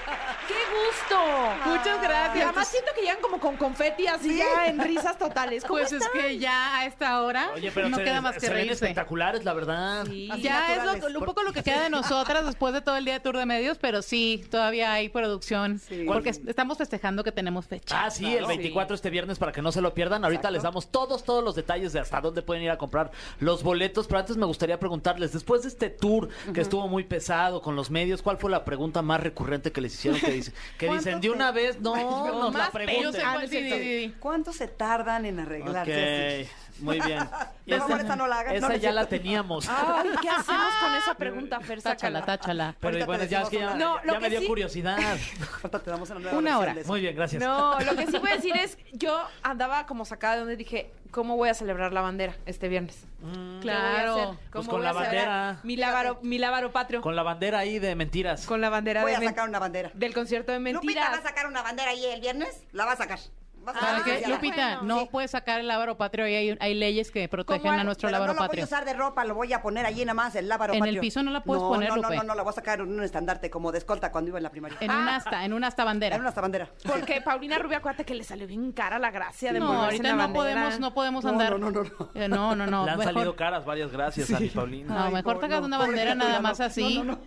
B: ¡Yeah! ¡Qué gusto!
F: Muchas gracias.
B: Y además siento que llegan como con confeti así ya en risas totales. ¿Cómo
F: Pues es
B: están?
F: que ya a esta hora no
C: se-
F: queda más que
C: se ven
F: reírse.
C: espectaculares, la verdad.
B: Sí.
F: Ya es lo- un poco lo que queda de nosotras después de todo el día de tour de medios, pero sí, todavía hay producción. Porque es- estamos festejando que tenemos fecha.
C: Ah, sí, el 24 este viernes para que no se lo pierdan. Ahorita les damos todos, todos los detalles de hasta dónde pueden ir a comprar los boletos. Pero antes me gustaría preguntarles, después de este tour que estuvo muy pesado con los medios, ¿cuál fue la pregunta más recurrente que les hicieron? Que, dice- que dicen, de una vez, no, nos la
B: más
F: Yo
C: pregunten.
F: sé
B: Ah, no
F: cuál
B: es cierto.
F: sí, sí, sí.
G: ¿Cuánto se tardan en arreglarse así?
C: Ok, muy bien. Y
G: Por favor, esa no la hagas, no,
C: Esa
G: no es
C: ya la
G: cierto.
C: teníamos.
B: Ay, ¿qué hacemos con esa pregunta, Fer?
F: Táchala,
B: Sácala.
F: táchala.
C: Pero
G: Ahorita
C: bueno,
G: te
C: ya, es
G: decimos
C: que ya,
G: una.
B: No, lo
C: ya me
B: que
C: dio
B: sí-
C: curiosidad.
G: Ahorita te damos una nueva
F: Una
G: versión
F: hora.
G: de eso.
C: Muy bien, gracias.
B: No, lo que sí voy a decir es, yo andaba como sacada de donde dije, ¿cómo voy a celebrar la bandera este viernes? ¿Qué voy a hacer?
F: Claro.
B: ¿Cómo
C: Pues con
B: voy
C: la
B: a celebrar
C: bandera.
B: Mi lábaro, mi lábaro patrio. Con,
C: Con la bandera ahí de mentiras.
B: la bandera
G: Voy
B: de
G: a
B: men-
G: sacar una bandera.
B: del concierto de
G: Lupita va
B: mentiras.
G: a sacar una bandera ahí el viernes. La va a sacar. Va a sacar
F: ¿Saben
G: la
F: qué,
G: bandera.
F: Ah, Lupita,
B: Bueno,
F: no
G: Ah, sí.
F: puedes sacar el lábaro patrio. Ahí hay, hay leyes que protegen
B: ¿Cómo?
F: a nuestro
G: Pero no
F: lábaro
G: lo voy a
F: patrio.
G: usar de ropa, lo voy a poner allí nada más, el lábaro
F: En el
G: patrio.
F: piso no la puedes
G: No,
F: poner,
G: no, no,
F: Lupe.
G: no, no, la voy a sacar en un estandarte como de escolta cuando iba en la primaria.
F: En un asta, en un asta bandera.
G: Ah. Era una hasta bandera.
B: Porque Paulina Rubio, acuérdate que le salió bien cara la gracia de
F: No,
B: envolverse en
F: ahorita
B: la
F: no
B: bandera.
F: podemos, no podemos
G: No,
F: andar.
G: no, no, no,
F: Eh, no, no, no,
C: Le han
F: mejor-
G: Ah,
C: salido caras varias gracias a mi Paulina.
F: No, mejor sacas una bandera nada más así.
G: No, no, no.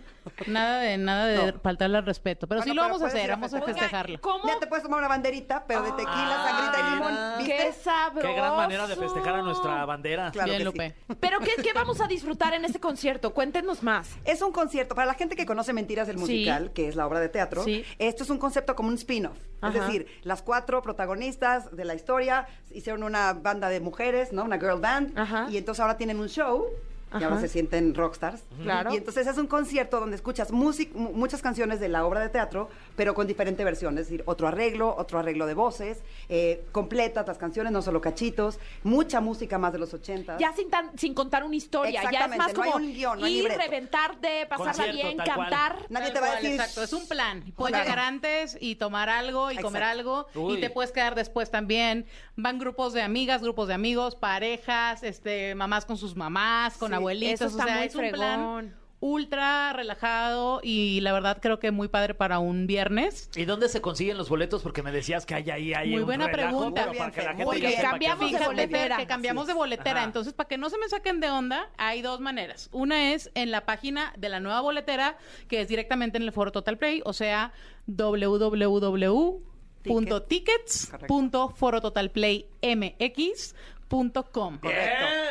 F: Nada de nada de
G: No.
F: faltarle al respeto. Pero
G: Bueno,
F: sí lo
G: pero
F: vamos a
G: puedes
F: hacer,
G: ir a
F: vamos a
G: festejar.
F: festejarlo.
B: ¿Cómo?
G: Ya te puedes tomar una banderita, pero de tequila, sangrita y limón.
C: Ah,
G: ¿Viste?
B: ¡Qué sabroso!
C: Qué gran manera de festejar a nuestra bandera.
G: Claro
F: Bien,
G: que sí.
F: Lupe.
B: Pero ¿qué, qué vamos a disfrutar en este concierto? Cuéntenos más.
G: Es un concierto, para la gente que conoce Mentiras del
B: Sí.
G: Musical, que es la obra de teatro,
B: Sí.
G: esto es un concepto como un spin-off. Es
B: Ajá.
G: decir, las cuatro protagonistas de la historia hicieron una banda de mujeres, ¿no? Una girl band.
B: Ajá.
G: Y entonces ahora tienen un show. Y ahora
B: Ajá.
G: se sienten rockstars.
B: Claro.
G: Y entonces es un concierto donde escuchas música, mu- muchas canciones de la obra de teatro, pero con diferente versión. Es decir, otro arreglo, otro arreglo de voces, eh, completas las canciones, no solo cachitos, mucha música más de los 80.
B: Ya sin, tan- sin contar una historia, ya es
G: Exactamente,
B: más
G: no hay
B: como
G: un guión, no hay
B: ir,
G: libreto.
B: reventarte, pasarla
C: Concierto,
B: bien,
C: tal cual.
B: cantar.
G: Nadie
F: Tal
G: te va a
F: cual,
G: decir.
F: Exacto, es un plan. Puedes
G: Claro.
F: llegar antes y tomar algo y comer algo
C: Uy.
F: y te puedes quedar después también. Van grupos de amigas, grupos de amigos, parejas, este, mamás con sus mamás, con
B: Sí,
F: abuelitos.
B: eso está
F: o sea,
B: muy
F: es un plan
B: fregón.
F: ultra relajado y la verdad creo que muy padre para un viernes.
C: ¿Y dónde se consiguen los boletos? Porque me decías que hay ahí, hay
F: Muy
C: un
F: buena
C: relajo,
F: pregunta.
C: pero para que la
G: Muy
C: gente
G: bien,
C: ya
B: Fer.
C: sepa
B: Muy bien,
C: qué
B: cambiamos de
C: onda.
F: Fíjate, Fer,
B: boletera.
F: que cambiamos de boletera.
C: Ajá.
F: Entonces, para que no se me saquen de onda, hay dos maneras. Una es en la página de la nueva boletera, que es directamente en el foro Total Play, o sea, www.tickets.forototalplaymx.com.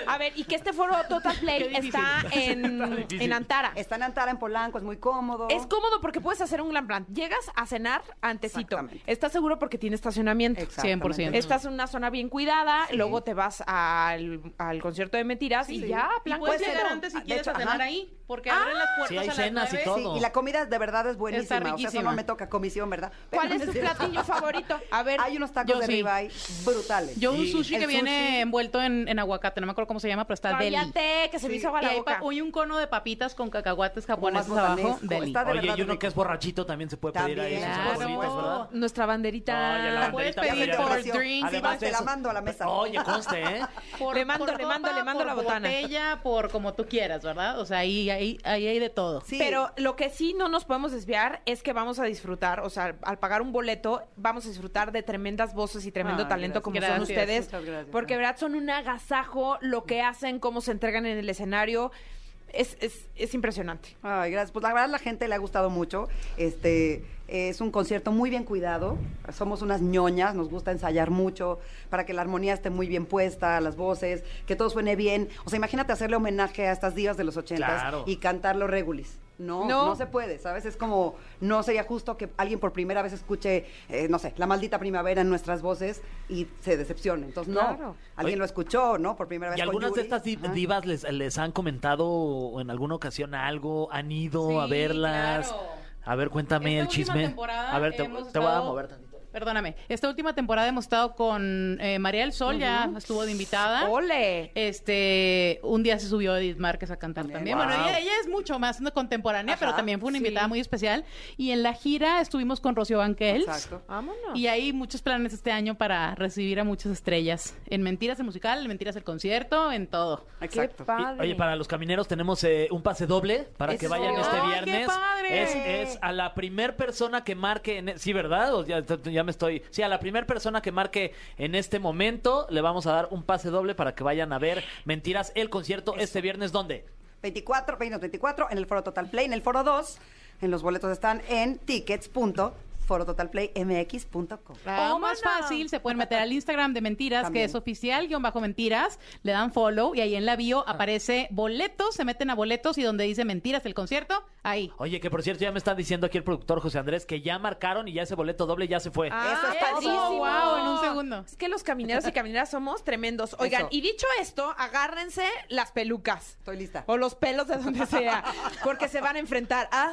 B: A ver, y que este foro Total Play
F: Qué difícil.
B: está en, en Antara.
G: Está en Antara, en Polanco, es muy cómodo.
B: Es cómodo porque puedes hacer un gran plan. Llegas a cenar antecito.
G: Exactamente.
B: Estás seguro porque tiene estacionamiento.
G: Exactamente.
F: 100%.
B: Estás en una zona bien cuidada, luego te vas al, al concierto de mentiras y ya,
F: Y
B: plan
F: puedes
B: completo.
F: llegar antes si
G: De
F: quieres
G: hecho,
F: a cenar
G: ajá.
F: ahí, porque abren las puertas
C: Sí, hay
F: a las
C: cenas y
F: nueve.
C: todo.
G: Sí, y la comida de verdad es buenísima.
F: Está
G: o sea, eso
F: riquísima.
G: no me toca comisión, ¿verdad?
B: ¿Cuál es
G: Pero no
B: tu
G: cierto.
B: platillo favorito? A ver,
G: Hay unos tacos
F: Yo
G: de
F: sí.
G: ribeye brutales.
F: Yo un
C: Sí.
F: sushi
G: El
F: que
G: sushi.
F: viene envuelto en, en aguacate, no me acuerdo cómo se llama, pero está deli.
B: cállate, que se me hizo agua
F: Y
B: la
F: hay
B: boca.
F: pa- hay un cono de papitas con cacahuates japoneses
G: más
F: abajo.
G: botanesco.
F: Deli.
G: Está de
C: Oye,
G: verdad
C: y uno
G: rico.
C: que es borrachito también se puede pedir ahí sus
G: También,
F: claro.
C: favoritos, ¿verdad?
B: Nuestra
C: Ay, a la
B: banderita.
F: La puedes
C: banderita,
F: pedir
C: mira,
F: por
C: además-
F: drinks,
C: además
G: igual te
C: de
G: la
C: eso-
G: mando a la mesa.
C: Oye, conste, ¿eh?
B: Le mando, le mando, le mando
F: por
B: la botana.
F: botella, por como tú quieras, ¿verdad? O sea, ahí, ahí, ahí hay de todo.
G: Sí.
B: Pero lo que sí no nos podemos desviar es que vamos a disfrutar, o sea, al pagar un boleto, vamos a disfrutar de tremendas voces y tremendo
G: Ay,
B: talento
G: gracias.
B: como son
F: Gracias,
B: ustedes.
G: muchas gracias.
B: Porque, de verdad, son un agasajo lo que hacen, cómo se entregan en el escenario. Es, es, es impresionante.
G: Ay, gracias. Pues la verdad la gente le ha gustado mucho. Este es un concierto muy bien cuidado. Somos unas ñoñas, nos gusta ensayar mucho para que la armonía esté muy bien puesta, las voces, que todo suene bien. O sea, imagínate hacerle homenaje a estas divas de los ochentas
C: Claro.
G: y cantar los regulis. No,
B: No.
G: no, se puede, ¿sabes? Es como, no sería justo que alguien por primera vez escuche, eh, no sé, la maldita primavera en nuestras voces y se decepcione. Entonces, no,
B: Claro.
G: alguien
C: Oye.
G: lo escuchó, ¿no? Por primera vez.
C: ¿Y
G: con
C: algunas de
G: Yuri.
C: estas di-
G: Ajá.
C: divas les, les han comentado en alguna ocasión algo? ¿Han ido
F: Sí,
C: a verlas?
F: claro.
C: A ver, cuéntame
F: Esta
C: el
F: última
C: chisme.
F: temporada
C: A ver, te,
F: hemos
C: te voy a
F: estado-
C: mover tantito.
F: Perdóname. Esta última temporada hemos estado con eh, María del Sol, ya estuvo de invitada. Eh,
B: ¡Ole!
F: Este, un día se subió Edith Márquez a cantar también.
C: Wow.
F: Bueno, ella, ella es mucho más no contemporánea, pero
G: Ajá,
F: también fue una
B: sí.
F: invitada muy especial. Y en la gira estuvimos con Rocío Banquels.
G: Exacto.
B: Vámonos.
F: Y hay muchos planes este año para recibir a muchas estrellas. En Mentiras el musical, en Mentiras el concierto, en todo.
G: Exacto.
B: padre.
C: Y, oye, para los camineros tenemos eh, un pase doble para que
G: Eso.
C: vayan este
F: ¡Ay, qué
C: viernes.
F: padre!
C: Es, es a la primer persona que marque, en, e-, sí, ¿verdad? O ya, ya me estoy. Sí, a la primer persona que marque en este momento le vamos a dar un pase doble para que vayan a ver Mentiras el concierto este viernes. ¿Dónde?
G: 24, 20, 24, en el foro Total Play, en el foro 2. En los boletos están en tickets.forototalplaymx.com.
F: O Ah, más fácil, se pueden meter al Instagram de Mentiras,
G: También. Ah.
F: que es oficial, guión bajo Mentiras, le dan follow y ahí en la bio aparece boletos, se meten a boletos y donde dice Mentiras el concierto, ahí.
C: Oye, que por cierto ya me están diciendo aquí el productor José Andrés que ya marcaron y ya ese boleto doble ya se fue.
G: Eso
B: Ah,
G: es padrísimo.
F: Guau, en un segundo.
B: Es que los camineros y camineras somos tremendos. Oigan,
G: Eso.
B: y dicho esto, agárrense las pelucas.
G: Estoy lista.
B: O los pelos de donde sea. Porque se van a enfrentar a.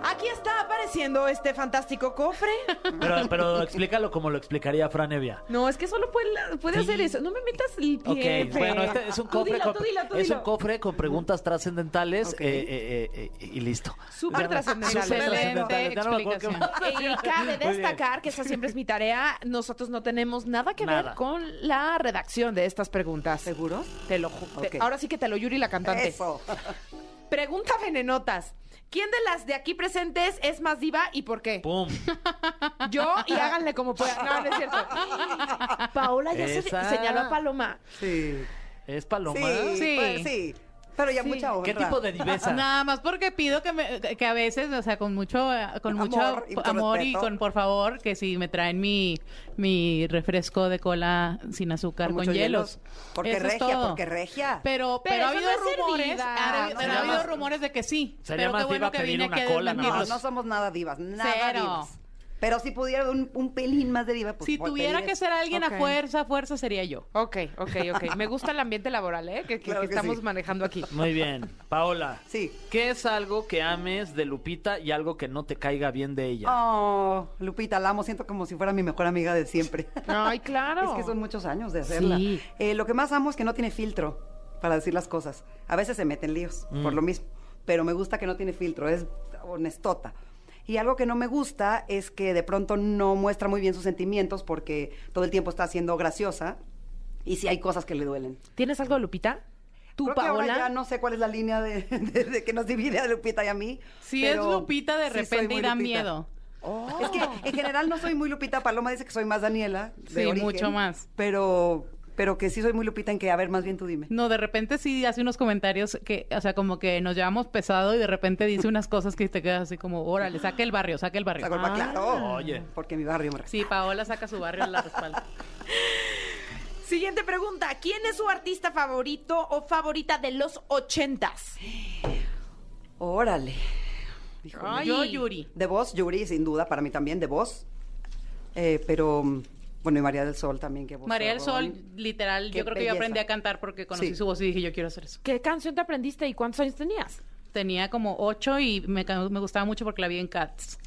B: Aquí está apareciendo este fantástico cofre.
C: Pero, pero explícalo como lo explicaría Fran Evia.
B: No, es que solo puede, puede
C: Sí.
B: hacer eso. No me metas el
C: Ok,
B: pie. Fer.
C: bueno, este es un
B: Tú
C: cofre,
B: dilo,
C: con,
B: tú dilo, tú
C: es un
B: dilo.
C: cofre con preguntas trascendentales
G: Ok.
C: eh, eh, eh, eh, y listo.
B: Súper
C: Ya,
B: trascendentales.
C: súper trascendentales. Ya no me acuerdo qué
F: Explicación.
C: más.
B: Y cabe
C: Muy bien.
B: destacar que esa siempre es mi tarea. Nosotros no tenemos nada que
C: Nada.
B: ver con la redacción de estas preguntas. ¿Seguro? Te lo juro.
G: Ok.
B: Ahora sí que te lo Yuri la cantante.
G: Eso.
B: Pregunta venenotas. ¿Quién de las de aquí presentes es más diva y por qué?
C: ¡Pum!
B: Yo y háganle como puedan. No, no es cierto. Paola ya se
C: Esa.
B: señaló a Paloma.
G: Sí.
C: ¿Es paloma?
G: Sí,
F: Sí.
G: pues, sí. Pero ya
B: Sí.
G: mucha honra.
C: ¿Qué tipo de divisa?
F: Nada más porque pido que, me- que a veces, o sea, con mucho, eh, con
G: Amor
F: mucho amor,
G: y con
F: y
G: respeto.
F: con por favor, que si me traen mi, mi refresco de cola sin azúcar
G: Con
F: con,
G: muchos
F: hielos.
G: hielos. Porque
F: Eso es
G: regia,
F: todo.
G: porque regia.
F: Pero, pero,
B: Pero
F: ha
B: eso
F: habido
B: no es
F: rumores,
B: servida.
F: ha,
B: No,
F: pero ha
C: sería
F: habido
C: más-
F: rumores de que sí.
C: sería
F: Pero
C: más
F: qué
C: diva
F: bueno que
C: pedir
F: vine
C: una
F: aquí a
C: cola, nada
G: No,
C: más.
F: desmentirlos.
G: no somos nada divas, nada
F: pues Cero.
G: divas. Pero si pudiera un, un pelín más de diva, pues
F: Si
G: por
F: tuviera
G: pedir
F: que
G: es-
F: ser alguien
B: Ok.
F: a fuerza, a fuerza sería yo.
B: Ok, ok, ok. Me gusta el ambiente laboral, ¿eh? Que, que-
G: Claro
B: que
G: que
B: estamos
G: sí.
B: manejando aquí.
C: Muy bien. Paola.
G: Sí.
C: ¿Qué es algo que ames de Lupita y algo que no te caiga bien de
B: Ah.
C: ella?
G: Oh, Lupita, la amo, siento como si fuera mi mejor amiga de siempre.
B: Ay, claro.
G: Es que son muchos años de hacerla.
F: Sí.
G: Eh, lo que más amo es que no tiene filtro para decir las cosas. A veces se meten líos
F: Mm.
G: por lo mismo, pero me gusta que no tiene filtro, es honestota. Y algo que no me gusta es que de pronto no muestra muy bien sus sentimientos porque todo el tiempo está siendo graciosa y sí hay cosas que le duelen.
B: ¿Tienes algo de Lupita? ¿Tú,
G: Creo que
B: Paola?
G: ahora ya no sé cuál es la línea de, de- de que nos divide a Lupita y a mí.
F: Si es
G: pero
F: Lupita, de
G: sí soy
F: repente
G: muy
F: y da
G: Lupita.
F: miedo.
G: Es que en general no soy muy Lupita. Paloma dice que soy más Daniela. de
F: Sí,
G: origen,
F: mucho más.
G: Pero, pero que sí soy muy Lupita en que, a ver, más bien tú dime.
F: No, de repente sí hace unos comentarios que, o sea, como que nos llevamos pesado y de repente dice unas cosas que te quedas así como, órale, saque el barrio, saque el barrio. Ah,
G: Saco el pa- claro.
C: Ah. Oye.
G: Porque mi barrio me
F: Sí, Paola saca su barrio en la respalda.
B: Siguiente pregunta. ¿Quién es su artista favorito o favorita de los ochentas?
G: Órale. Híjole.
B: Ay.
F: Yo, Yuri.
G: De voz, Yuri, sin duda, para mí también, de voz. Eh, pero, mm, bueno, y María del Sol también, que voz.
F: María del Sol, literal,
G: Qué
F: yo creo que
G: belleza.
F: yo aprendí a cantar porque conocí
G: Sí.
F: su voz y dije, yo quiero hacer eso.
B: ¿Qué canción te aprendiste y cuántos años tenías?
F: Tenía como ocho y me, ca- me gustaba mucho porque la vi en Cats.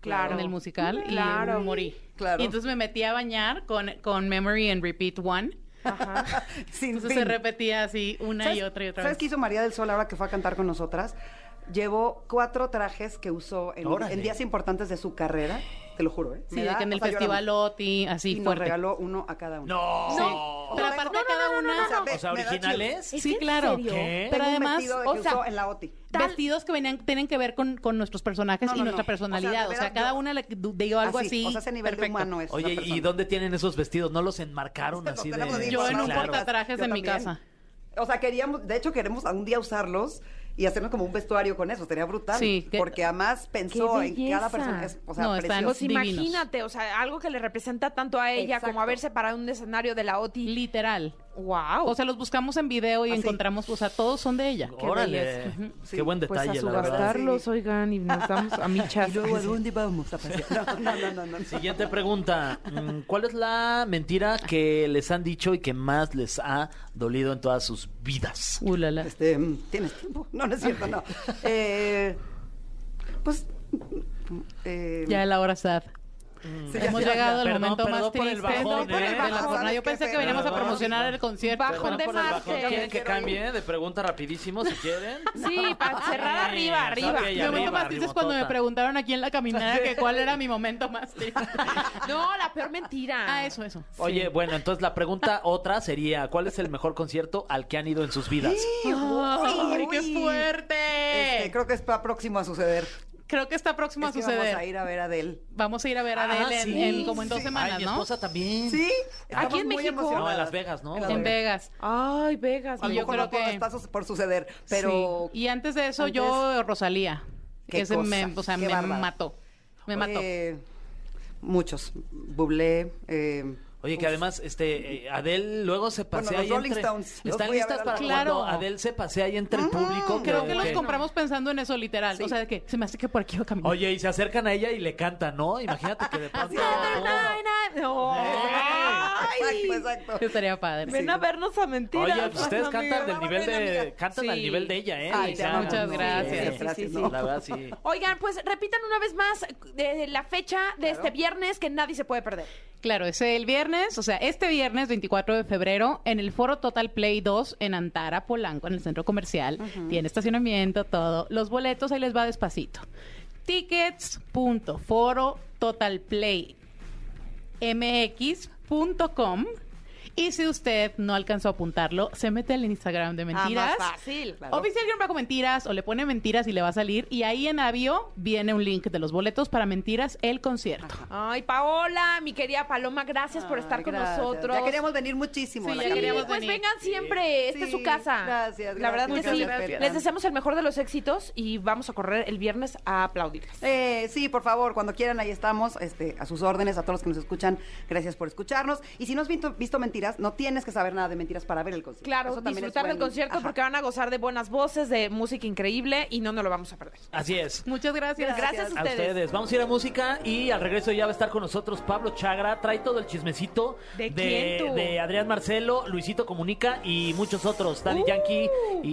B: Claro.
F: En el musical.
B: Claro.
F: Y morí.
G: Claro.
F: Y entonces me metí a bañar con, con Memory and Repeat One.
G: Sin
F: Entonces
G: fin.
F: se repetía así una
G: ¿Sabes-
F: y otra y otra
G: ¿Sabes
F: vez.
G: qué hizo María del Sol ahora que fue a cantar con nosotras? Llevó cuatro trajes que usó en,
C: Órale.
G: en días importantes de su carrera, te lo juro, ¿eh?
F: Sí,
G: Me
F: de
G: da-
F: que en
G: o
F: el
G: sea,
F: festival
G: lloramos.
F: Oti, así
G: Y nos
F: fuerte.
G: regaló uno a cada uno.
C: No.
G: No.
F: Pero
G: O sea,
F: aparte
G: no,
F: a cada una.
G: no, no.
C: O sea,
G: Me da
C: originales.
B: ¿Es
F: Sí,
B: en
F: claro.
B: serio?
C: ¿Qué?
F: Pero
G: Tengo un
F: además,
G: vestido de
B: o
G: que
B: sea,
G: usó en la OTI.
B: Tal-
F: vestidos que venían, tienen que ver con, con nuestros personajes
G: No,
F: y
G: no,
F: nuestra
G: no.
F: personalidad.
G: O sea, de
F: O sea,
G: veras,
F: cada
G: yo-
F: una le dio algo así.
G: O sea, ese nivel
F: perfecto.
G: de humano es.
C: Oye,
G: una
C: ¿y
G: persona.
C: dónde tienen esos vestidos? ¿No los enmarcaron
G: Los
C: así
G: tenemos
C: de...?
G: ahí
F: Yo
G: por
F: en un
G: todas
C: claro.
G: partes.
F: portatrajes
G: Yo
F: en mi
G: también.
F: casa.
G: O sea, queríamos, de hecho, queremos algún día usarlos y hacernos como un vestuario con eso. Sería brutal.
F: Sí, que-
G: porque además pensó
B: ¡Qué
G: en cada
B: belleza!
G: persona. es- o sea,
F: No, están-
G: precioso.
B: Pues
F: Divinos.
B: imagínate, o sea, algo que le representa tanto a ella como
G: Exacto.
B: haberse parado en un escenario de la OTI.
F: Literal.
B: ¡Wow!
F: O sea, los buscamos en video y
G: Oh. Así.
F: encontramos, o sea, todos son de ella.
C: Órale.
F: Ujú.
G: Sí,
C: Qué buen
G: pues,
C: detalle,
G: a su
C: la verdad.
G: gastar. gastarlos, Sí.
B: oigan, y nos damos a michas.
G: Y luego, ¿a dónde vamos a pasear? No, no, no, no. no.
C: Siguiente pregunta. Mm, ¿Cuál es la mentira que les han dicho y que más les ha dolido en todas sus vidas?
F: Uh, la, la.
G: Este, mm, ¿tienes tiempo? No, no es cierto, no. Eh, pues. mm, eh,
F: Ya la hora sad.
C: Mm.
G: sí, ya-
F: Hemos
G: ya-
F: llegado al
C: Perdón,
F: momento
C: perdón
F: más
C: por el
F: triste
C: bajón,
F: de
G: ¿eh?
F: la jornada.
G: Perdón,
F: Yo pensé
G: qué
F: que veníamos a
G: pena.
F: promocionar el concierto.
B: Bajón de
F: Perdón por el
B: Marte.
F: bajón.
C: ¿Quieren que cambie de pregunta rapidísimo si quieren?
B: Sí, para cerrar arriba,
C: Sí,
B: arriba.
C: sabe
F: Mi
C: ella.
F: momento
C: arriba, Tota.
F: más triste es cuando me
C: arribotota.
F: preguntaron aquí en la caminada que cuál era mi momento más triste.
B: No, la peor mentira.
F: Ah, eso, eso.
C: Oye, bueno, entonces la pregunta otra sería, ¿cuál es el mejor concierto al que han ido en sus vidas?
F: ¡Ay,
G: Uy.
F: qué fuerte!
G: Este, creo que está próximo a suceder.
F: Creo que está próximo
G: Es
F: a
G: que
F: suceder.
G: Vamos a ir a ver a Adele.
F: ir a ver a
C: Ah,
F: Adele en-
C: sí.
F: en, como en dos
C: Sí.
F: semanas,
C: Ay, mi
F: ¿no?
C: esposa también.
G: Sí, estamos
B: ¿Aquí en
G: muy
B: México?
G: emocionadas.
C: No, en Las Vegas, ¿no?
G: En Las
F: En
G: Vegas.
F: Vegas.
B: Ay, Vegas.
G: A lo
F: Y yo
G: mejor
F: creo
G: no puedo,
F: que-
G: está su- por suceder, pero
F: Sí. Y antes de eso,
G: antes-
F: yo, Rosalía.
G: Qué
F: Que ese me,
G: cosa,
F: o sea,
G: qué
F: me
G: bárbara.
F: mató. Me mató.
G: Eh, muchos, Bublé, eh,
C: Oye, que además, este, eh, Adele luego se pasea
G: los
C: ahí
G: Rolling
C: entre...
G: Stones, los
C: Están
G: voy a ver
C: listas
G: a
C: para
G: los-
C: cuando
F: Claro.
C: Adele se pasea ahí entre
G: Ah,
C: el público.
F: Creo que los
C: que-
F: compramos pensando en eso, literal.
G: Sí.
F: O sea, de que se me hace que por aquí va a caminar.
C: Oye, y se acercan a ella y le cantan, ¿no? Imagínate que de pronto...
B: Ay, na- no.
G: exacto,
B: Ay.
G: exacto.
F: Estaría padre.
B: Ven a vernos a mentiras.
C: Oye, pues ustedes cantan del nivel
G: amiga.
C: de, cantan
F: Sí.
C: al nivel de ella, ¿eh?
G: Ay,
C: O
G: te
C: sea,
G: amo,
F: muchas
G: no,
F: gracias.
G: sí, gracias,
B: Sí, sí,
G: no.
C: La verdad, sí.
B: Oigan, pues repitan una vez más eh, la fecha de este viernes que nadie se puede perder.
F: Claro, es el viernes, o sea, este viernes 24 de febrero en el Foro Total Play 2 en Antara, Polanco, en el centro comercial. Tiene estacionamiento, todo. Los boletos ahí les va despacito. Tickets.forototalplaymx.com Y si usted no alcanzó a apuntarlo, se mete al Instagram de Mentiras.
G: Ah, más
B: fácil.
G: Claro.
F: Oficial guión bajo mentiras o le pone mentiras y le va a salir. Y ahí en Avio viene un link de los boletos para mentiras el concierto.
B: Ay, Paola, mi querida Paloma, gracias por estar
G: Ay,
B: con
G: gracias.
B: nosotros.
G: Ya queríamos venir muchísimo. a
B: Sí,
F: ya
G: la caminera.
F: queríamos
B: pues
F: venir.
B: vengan siempre, esta es su
G: Sí,
B: casa.
G: gracias,
B: La verdad
G: gracias,
B: que sí.
G: gracias, Fernanda.
B: Les deseamos el mejor de los éxitos y vamos a correr el viernes a aplaudirles.
G: Eh, sí, por favor, cuando quieran, ahí estamos, este, a sus órdenes, a todos los que nos escuchan, gracias por escucharnos. Y si no has visto, visto mentiras, no tienes que saber nada de mentiras para ver el concierto.
B: Claro,
G: Eso también es
B: disfrutar del
G: buen-
B: concierto
G: Ajá.
B: porque van a gozar de buenas voces, de música increíble y no nos lo vamos a perder.
C: Así es.
F: Muchas gracias.
B: Gracias,
C: A
B: a ustedes.
C: ustedes. Vamos a ir a música y al regreso ya va a estar con nosotros Pablo Chagra. Trae todo el chismecito
B: ¿De quién tú?
C: de Adrián Marcelo, Luisito Comunica y muchos otros.
B: Uh.
C: Daddy Yankee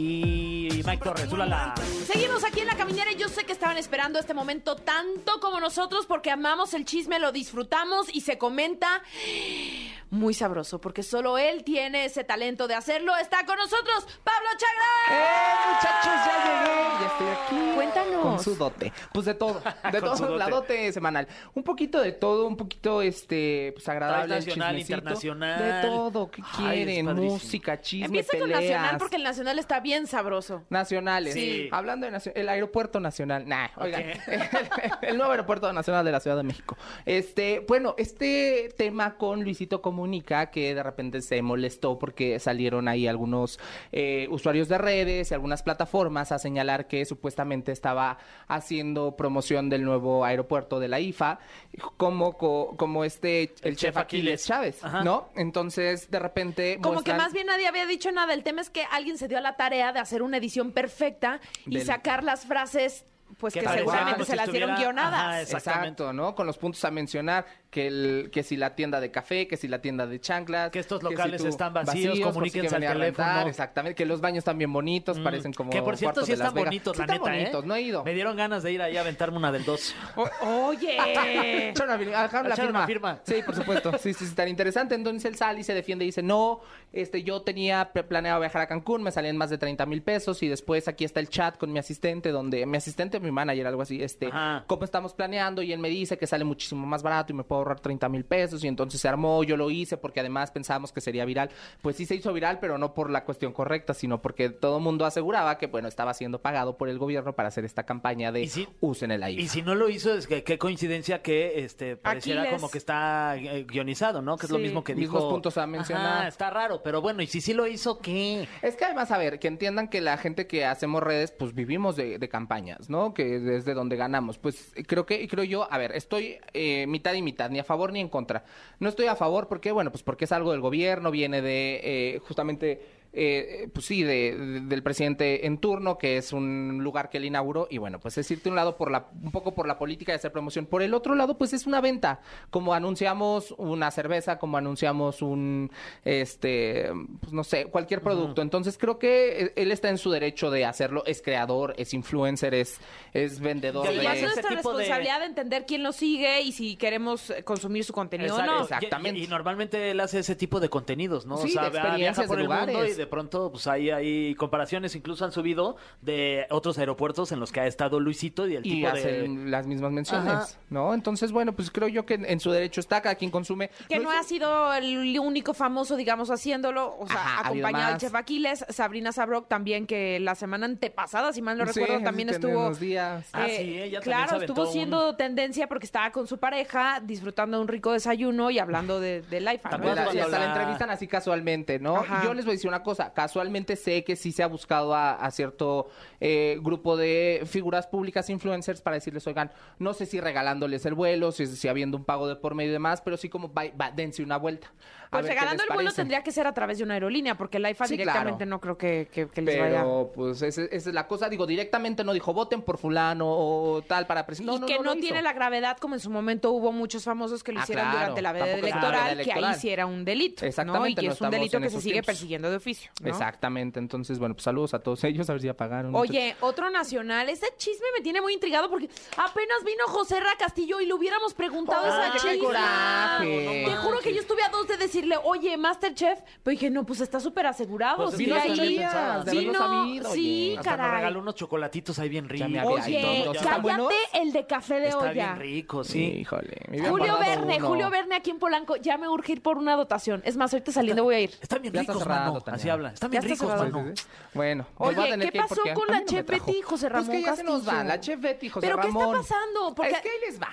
C: y Mike Torres. ¡Ulala!
B: Seguimos aquí en la caminera. y Yo sé que estaban esperando este momento tanto como nosotros porque amamos el chisme, lo disfrutamos y se comenta muy sabroso porque solo él tiene ese talento de hacerlo. Está con nosotros Pablo Chagra.
H: ¡Eh, muchachos! Ya llegué, ya estoy aquí.
B: Cuéntanos.
H: Con su dote. Pues de todo. De
C: Con su
H: todo, la
C: dote.
H: dote semanal. Un poquito de todo, un poquito, este, pues agradable. el
C: Nacional,
H: chismecito.
C: internacional.
H: De todo. ¿Qué
C: Ay, es
H: quieren?
C: padrísimo.
H: Música, chisme,
B: Empieza con
H: peleas.
B: Nacional porque el Nacional está bien sabroso.
H: Nacionales.
C: Sí.
H: Hablando de nacio- el aeropuerto nacional. Nah, oigan.
C: Ok.
H: El, nuevo aeropuerto nacional de la Ciudad de México. Este, bueno, este tema con Luisito Comunica, que de repente se molestó porque salieron ahí algunos eh, usuarios de redes y algunas plataformas a señalar que supuestamente estaba haciendo promoción del nuevo aeropuerto de la IFA, como, co- como este, el, chef, Aquiles Chávez,
C: Ajá.
H: ¿no? Entonces, de repente. pues,
B: Como que
H: muestran-
B: más bien nadie había dicho nada. El tema es que alguien se dio a la tarea de hacer una edición perfecta y
H: Del-
B: sacar las frases, pues que
H: parezcan
B: seguramente
H: como
B: se
C: si
B: las dieron
C: estuviera- ajá,
B: guionadas.
C: es- Exactamente.
H: Exacto, ¿no? Con los puntos a mencionar, que el, que si la tienda de café, que si la tienda de chanclas.
C: Que estos
H: si
C: locales
H: tú-
C: están vacíos,
H: pues,
C: comuníquense
H: que venía
C: al
H: a rentar,
C: teléfono. Mm,
H: exactamente, que los baños están bien bonitos, parecen como
C: que por cierto
H: cuartos
C: sí
H: de Las
C: están
H: Vegas.
C: bonitos,
H: Sí
C: la
H: están
C: neta, ¿eh?
H: bonitos, no he ido.
C: Me dieron ganas de ir ahí a aventarme una del 2.
B: Oye.
H: Echaron a firma- dejaron Ah, la
C: Echaron
H: firma.
C: la firma.
H: Sí, por supuesto. Sí, sí, sí, tan interesante. Entonces él sale y se defiende y dice, no, este, yo tenía pre- planeado viajar a Cancún, me salían más de 30 mil pesos y después aquí está el chat con mi asistente, donde mi asistente o mi manager, algo así, este,
C: Ajá.
H: cómo estamos planeando y él me dice que sale muchísimo más barato y me puedo ahorrar 30 mil pesos y entonces se armó, yo lo hice porque además pensábamos que sería viral. Pues sí se hizo viral, pero no por la cuestión correcta, sino porque todo mundo aseguraba que, bueno, estaba siendo pagado por el gobierno para hacer esta campaña de
C: Y sí.
H: usen el aire.
C: Y si no lo hizo, es que qué coincidencia que este pareciera
B: Aquiles.
C: como que está eh, guionizado, ¿no? Que es lo
B: Sí.
C: mismo que dijo.
H: Mismos puntos a mencionar.
C: Ajá, está raro, pero bueno, y si sí lo hizo, ¿qué?
H: Es que además, a ver, que entiendan que la gente que hacemos redes, pues vivimos de, de campañas, ¿no? Que desde donde ganamos. Pues creo que, creo yo, a ver, estoy eh, mitad y mitad, ni a favor ni en contra. No estoy a favor porque, bueno, pues porque es algo del gobierno, viene de eh, justamente. eh, pues sí, de- de- del presidente en turno, que es un lugar que él inauguró, y bueno, pues es irte un lado por la, un poco por la política de hacer promoción. Por el otro lado, pues es una venta, como anunciamos una cerveza, como anunciamos un, este, pues no sé, cualquier producto. Entonces creo que eh, él está en su derecho de hacerlo, es creador, es influencer, es, es vendedor.
C: Sí,
B: Sí,
H: de-
B: ya es
C: ese
B: nuestra
C: Este tipo de-
B: responsabilidad de... entender quién lo sigue y si queremos eh, consumir su contenido o no.
H: exacto. Exactamente.
C: Y, y normalmente él hace ese tipo de contenidos, ¿no?
H: Sí, de
C: va-
H: experiencias,
C: viaja por
H: de
C: el mundo
H: lugares.
C: y de pronto, pues hay, hay comparaciones, incluso han subido de otros aeropuertos en los que ha estado Luisito y el
H: y
C: tipo de.
H: hacen las mismas menciones,
C: Ajá.
H: ¿no? Entonces, bueno, pues creo yo que en, en su derecho está cada quien consume.
B: Que no
H: es-
B: ha sido el único famoso, digamos, haciéndolo. O sea,
H: Ajá, ha habido
B: acompañado al
H: más.
B: chef Aquiles, Sabrina Sabrok también, que la semana antepasada, si mal no
H: Sí,
B: recuerdo, también
H: tiene
B: estuvo. eh,
H: unos días.
C: Ah, sí, ella también se
B: claro,
C: aventó
B: estuvo
C: un-
B: siendo tendencia porque estaba con su pareja, disfrutando de un rico desayuno y hablando de, de Life. ¿no?
C: También
H: Bueno,
C: cuando
H: y hasta la
C: la-
H: entrevistan así casualmente, ¿no?
B: Ajá.
H: Yo les voy a decir una cosa, casualmente sé que sí se ha buscado a, a cierto eh, grupo de figuras públicas, influencers, para decirles, oigan, no sé si regalándoles el vuelo, si, si habiendo un pago de por medio y demás, pero sí como, va, va, dense una vuelta. A
B: Pues
H: ver qué
B: regalando
H: les
B: el vuelo
H: parece.
B: tendría que ser a través de una aerolínea, porque Life
H: Sí, claro.
B: directamente no creo que, que- que les vaya.
H: Pero, pues, ese- esa, es la cosa. Digo, directamente no dijo, voten por fulano o tal para presidente.
B: y que no,
H: lo hizo.
B: tiene la gravedad como en su momento hubo muchos famosos que lo
H: Ah,
B: hicieron
H: claro,
B: durante la veda
H: tampoco es una
B: electoral,
H: veda
B: que ahí
H: electoral.
B: sí era un delito. ¿no? Y
H: Exactamente,
B: que
H: no
B: es un
H: estamos
B: delito
H: en
B: que se
H: esos
B: sigue
H: tiempos.
B: persiguiendo de oficio. ¿no?
H: Exactamente. Entonces, bueno, pues saludos a todos ellos, a ver si ya pagaron.
B: Oye, otro nacional. Ese chisme me tiene muy intrigado porque apenas vino José Ra Castillo y le hubiéramos preguntado
H: Ay,
B: esa
H: qué
B: chisma.
H: coraje.
B: Te juro que yo estuve a dos de decir, decirle, oye, Masterchef, pero dije, no, pues está súper asegurado.
C: Pues es
B: sí,
C: que yo
B: ahí-
C: también pensaba.
H: De
B: sí,
H: haberlo
B: no,
H: sabido,
B: sí,
H: oye.
C: Hasta nos
B: caray.
C: regaló unos chocolatitos ahí bien
H: Ya
C: ricos.
H: me había
C: y
H: ido,
B: Oye,
C: todo.
H: ¿ya está bueno?
B: cállate el de café de
C: Está
B: olla.
C: bien rico, sí.
H: Híjole. me hubiera
B: Julio
H: guardado
B: Verne,
H: uno.
B: Julio Verne aquí en Polanco, ya me urge ir por una dotación. Es más, ahorita saliendo voy a ir.
C: Están bien
H: Ya está
C: ricos,
H: cerrado
C: mano.
H: también.
C: Así habla. Están bien
B: Ya está
C: ricos,
B: cerrado.
C: mano.
H: Bueno, pues
B: Oye,
H: voy a tener
B: ¿qué
H: que ir
B: pasó
H: porque
B: con la
H: a mí no me
B: chef
H: trajo.
B: Betty, José Ramón
H: Pues que ya se nos
B: Castillo?
H: va, la chef Betty, José
B: ¿Pero qué está
H: Ramón.
B: pasando? Porque-
H: Es que ahí les va.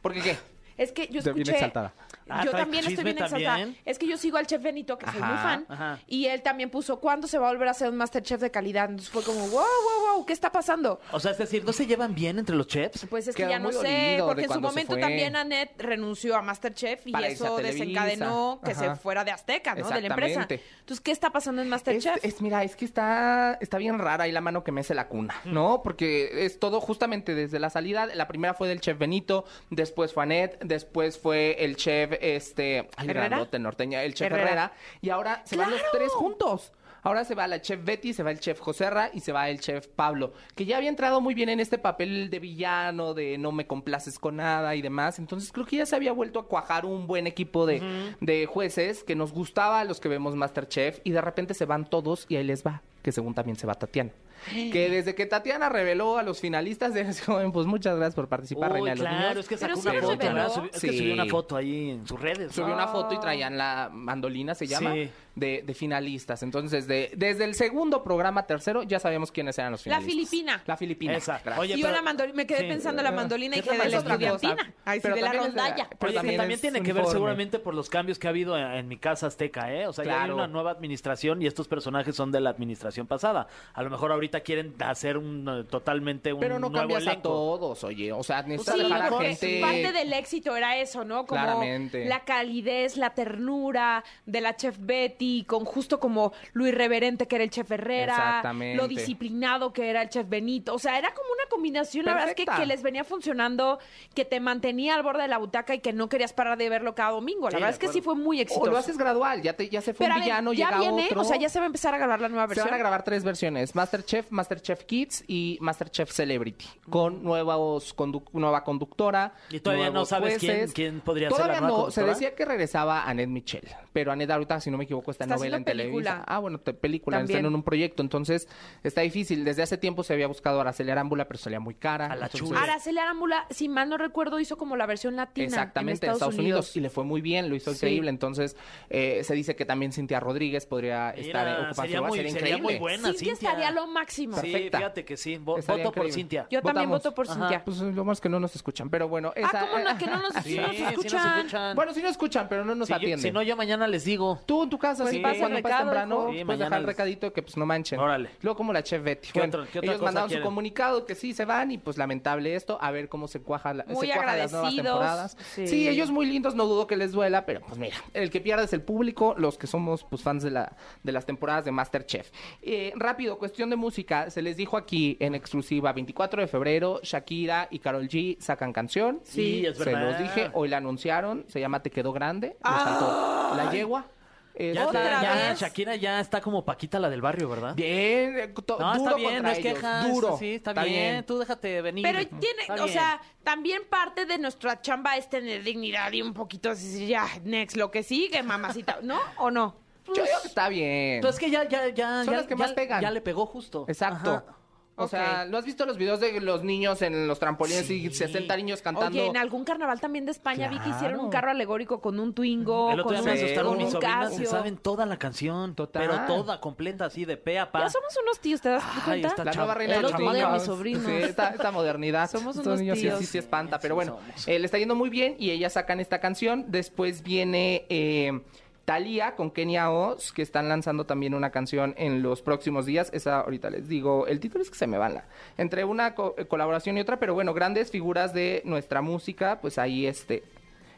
H: ¿Por qué qué?
B: Es que yo
H: Estoy bien
B: escuché.
H: exaltada.
C: Ah,
B: yo
C: trae
B: también estoy
C: chisme
B: bien exaltada.
C: también.
B: Es que yo sigo al chef Benito, que soy muy
H: Ajá,
B: fan,
C: ajá.
B: y él también puso ¿cuándo se va a volver a hacer un Masterchef de calidad? Entonces fue como, wow, wow, wow, ¿qué está pasando?
C: O sea, es decir, ¿no se llevan bien entre los chefs?
B: Pues es que
H: Quedó
B: ya no
H: muy
B: sé,
H: dolido de
B: porque en su
H: cuando se
B: momento
H: fue.
B: también Annette renunció a Masterchef y
H: Para irse a
B: eso
H: Televisa.
B: desencadenó que
H: Ajá.
B: se fuera de Azteca, ¿no? De la empresa.
H: Exactamente.
B: Entonces, ¿qué está pasando en
H: Es,
B: Masterchef?
H: es- mira, es que está, está bien rara ahí la mano que mece la cuna, ¿no? Porque es todo justamente desde la salida. La primera fue del chef Benito, después fue Anet, después fue el chef, este, ay,
B: ¿Herrera?
H: grandote norteña, el chef
B: Herrera.
H: Herrera. Y ahora se van los tres juntos. Ahora se va la chef Betty, se va el chef Joserra y se va el chef Pablo, que ya había entrado muy bien en este papel de villano, de no me complaces con nada y demás. Entonces creo que ya se había vuelto a cuajar un buen equipo de, de jueces que nos gustaba a los que vemos Masterchef y de repente se van todos y ahí les va, que según también se va Tatiana. Que desde que Tatiana reveló a los finalistas, de joven, pues muchas gracias por participar,
C: Uy,
H: Reina de los
C: claro,
H: Niños".
C: es que
B: Pero
C: sacó
B: sí
C: una
B: lo
C: foto,
B: reveló.
C: ¿verdad? Subió- Es que
H: Sí.
C: subió una foto ahí en sus redes.
H: Subió una
B: Ah.
H: foto y traían la mandolina, se llama,
C: Sí.
H: de, de finalistas. Entonces, de- desde el segundo programa, tercero, ya sabíamos quiénes eran los
B: La
H: finalistas.
B: filipina.
H: La filipina.
C: Esa.
H: gracias.
C: Oye,
B: y yo
C: pero-
B: la mandolina, me quedé
C: Sí.
B: pensando en la mandolina y
H: Pero
B: dije de la
H: también es otra
B: estudiantina.
H: cosa.
B: Ay, sí,
H: Pero
B: de la
H: también es de-
B: rondalla.
H: pero
C: Oye, que también,
H: también es
C: tiene que ver
H: uniforme.
C: seguramente por los cambios que ha habido en, en mi casa azteca, ¿eh? O sea, ya hay
H: Claro.
C: una nueva administración y estos personajes son de la administración pasada. A lo mejor ahorita quieren hacer un, eh, totalmente un
H: Pero no
C: nuevo
H: cambias a
C: elenco.
H: todos, oye. O sea, necesitas
B: Sí,
H: dejar a
B: porque
H: gente...
B: parte del éxito era eso, ¿no? Como
H: Claramente.
B: la calidez, la ternura de la chef Betty, con justo como lo irreverente que era el chef Herrera,
H: Exactamente.
B: lo disciplinado que era el chef Benito. O sea, era como una combinación, la verdad es que,
H: Perfecta.
B: que les venía funcionando, que te mantenía al borde de la butaca y que no querías parar de verlo cada domingo. La
C: Sí, de
B: verdad es que sí
C: acuerdo.
B: fue muy
H: O
B: exitoso.
H: lo haces gradual, ya, te, ya se fue
B: Pero a
H: un
B: ver,
H: villano,
B: ya
H: llega
B: viene,
H: otro.
B: o sea, ya se va a empezar a grabar la nueva versión.
H: Se van a grabar tres versiones: Masterchef, Masterchef Kids y Masterchef Celebrity. Con nuevos condu- nueva conductora.
C: Y todavía no
H: nuevos
C: sabes quién-
H: jueces.
C: quién podría ser la
H: todavía
C: nueva
H: no.
C: conductora.
H: Se decía que regresaba Annette Michel. Pero Annette, ahorita, si no me equivoco, está en
B: Está
H: novela en
B: haciendo película.
H: Televisa. Ah, bueno, te- película.
B: También.
H: Están en un proyecto. Entonces, está difícil. Desde hace tiempo se había buscado a Araceli Arámbula, pero salía muy cara.
C: A la
H: Entonces,
C: chula.
B: Araceli Arámbula, si mal no recuerdo, hizo como la versión latina.
H: Exactamente, en Estados, Unidos. Y le fue muy bien, lo hizo
B: Sí.
H: increíble. Entonces, eh, se dice que también Cintia Rodríguez podría
C: Mira,
H: estar ocupando
C: sería
H: su lugar.
C: muy-
H: Sería
C: sería muy
H: increíble.
C: buena.
B: Cintia
C: Cintia.
B: estaría lo máximo.
C: Sí,
H: Perfecta.
C: fíjate que sí. Vo-
H: Estaría
C: voto por
H: increíble.
C: Cintia.
B: Yo también
H: Votamos.
B: voto por
C: Ajá.
B: Cintia.
H: Pues lo malo es que no nos escuchan, pero bueno. Esa, eh,
B: ah, ¿cómo
C: eh,
B: no? Que no nos, sí nos
C: sí nos
B: escuchan.
C: escuchan.
H: Bueno, sí nos escuchan, pero no nos
C: Si yo-
H: atienden.
C: si no, yo mañana les digo.
H: Tú en tu casa,
C: Pues
H: si
C: sí.
H: vas cuando
C: Pasa
H: vas
C: recado, hijo.
H: temprano,
C: Sí,
H: puedes
C: mañana
H: dejar
C: les-
H: recadito que pues no manchen.
C: Órale.
H: Luego como la chef Betty.
C: ¿Qué
H: Bueno,
C: otro- qué otra
H: ellos
C: cosa
H: mandaron
C: quieren?
H: su comunicado que sí se van y pues lamentable esto, a ver cómo se cuaja la,
B: Muy
H: se cuaja las nuevas
B: agradecidos,
H: temporadas.
B: sí.
H: Sí. ellos muy lindos, no dudo que les duela, pero pues mira, el que pierde es el público, los que somos pues fans de la de las temporadas de MasterChef. Eh, rápido, cuestión de música, se les dijo aquí en exclusiva 24 de febrero, Shakira y Carol G sacan canción.
C: Sí, es
H: Se
C: verdad.
H: los dije, hoy la anunciaron, se llama Te quedó grande, les cantó La yegua. Eh, Es
C: Ya,
H: la-
C: está,
B: ¿Otra
C: ya
B: vez?
C: Shakira ya está como Paquita la del barrio, ¿verdad?
H: Bien, eh, to-
C: No,
H: duro
C: está bien, no
H: contra
C: es
H: ellos,
C: queja.
H: duro.
C: Sí, está, bien. Tú déjate venir.
B: Pero tiene,
C: Está
B: o
C: bien.
B: sea, también parte de nuestra chamba es tener dignidad y un poquito así, decir, ya, next, lo que sigue, mamacita, ¿no? ¿O no? Pues,
H: Yo digo que está bien.
C: Entonces que ya, ya, ya,
H: Son
C: ya,
H: las que
C: ya-
H: más pegan.
C: ya le pegó justo.
H: Exacto.
C: Ajá.
H: O
B: Ok.
H: sea, ¿lo has visto los videos de los niños en los trampolines y 60 niños cantando?
B: Oye, en algún carnaval también de España vi que hicieron un
H: Claro.
B: carro alegórico con un Twingo,
C: El otro
B: con
C: día
B: un,
C: me asustaron
B: con
C: mis
B: un
C: sobrinas, se
B: Casio.
C: saben toda la canción,
H: Total.
C: pero toda, completa, así de pe a pa. Eh,
B: Ya somos unos tíos, ¿te das
C: Ay,
B: cuenta?
C: está
H: La nueva
C: Chava-
H: reina
B: el
H: de los
B: otro día
H: niños.
B: mis sobrinos.
H: Sí, esta, esta modernidad.
B: Somos
H: Estos
B: unos
H: niños sí-
B: tíos.
H: Sí, sí, espanta. Pero bueno,
C: somos.
H: eh, le está yendo muy bien y ellas sacan esta canción. Después viene eh, Thalía con Kenia Oz, que están lanzando también una canción en los próximos días. Esa ahorita les digo, el título es que se me van la... Entre una co- eh, colaboración y otra, pero bueno, grandes figuras de nuestra música, pues ahí este...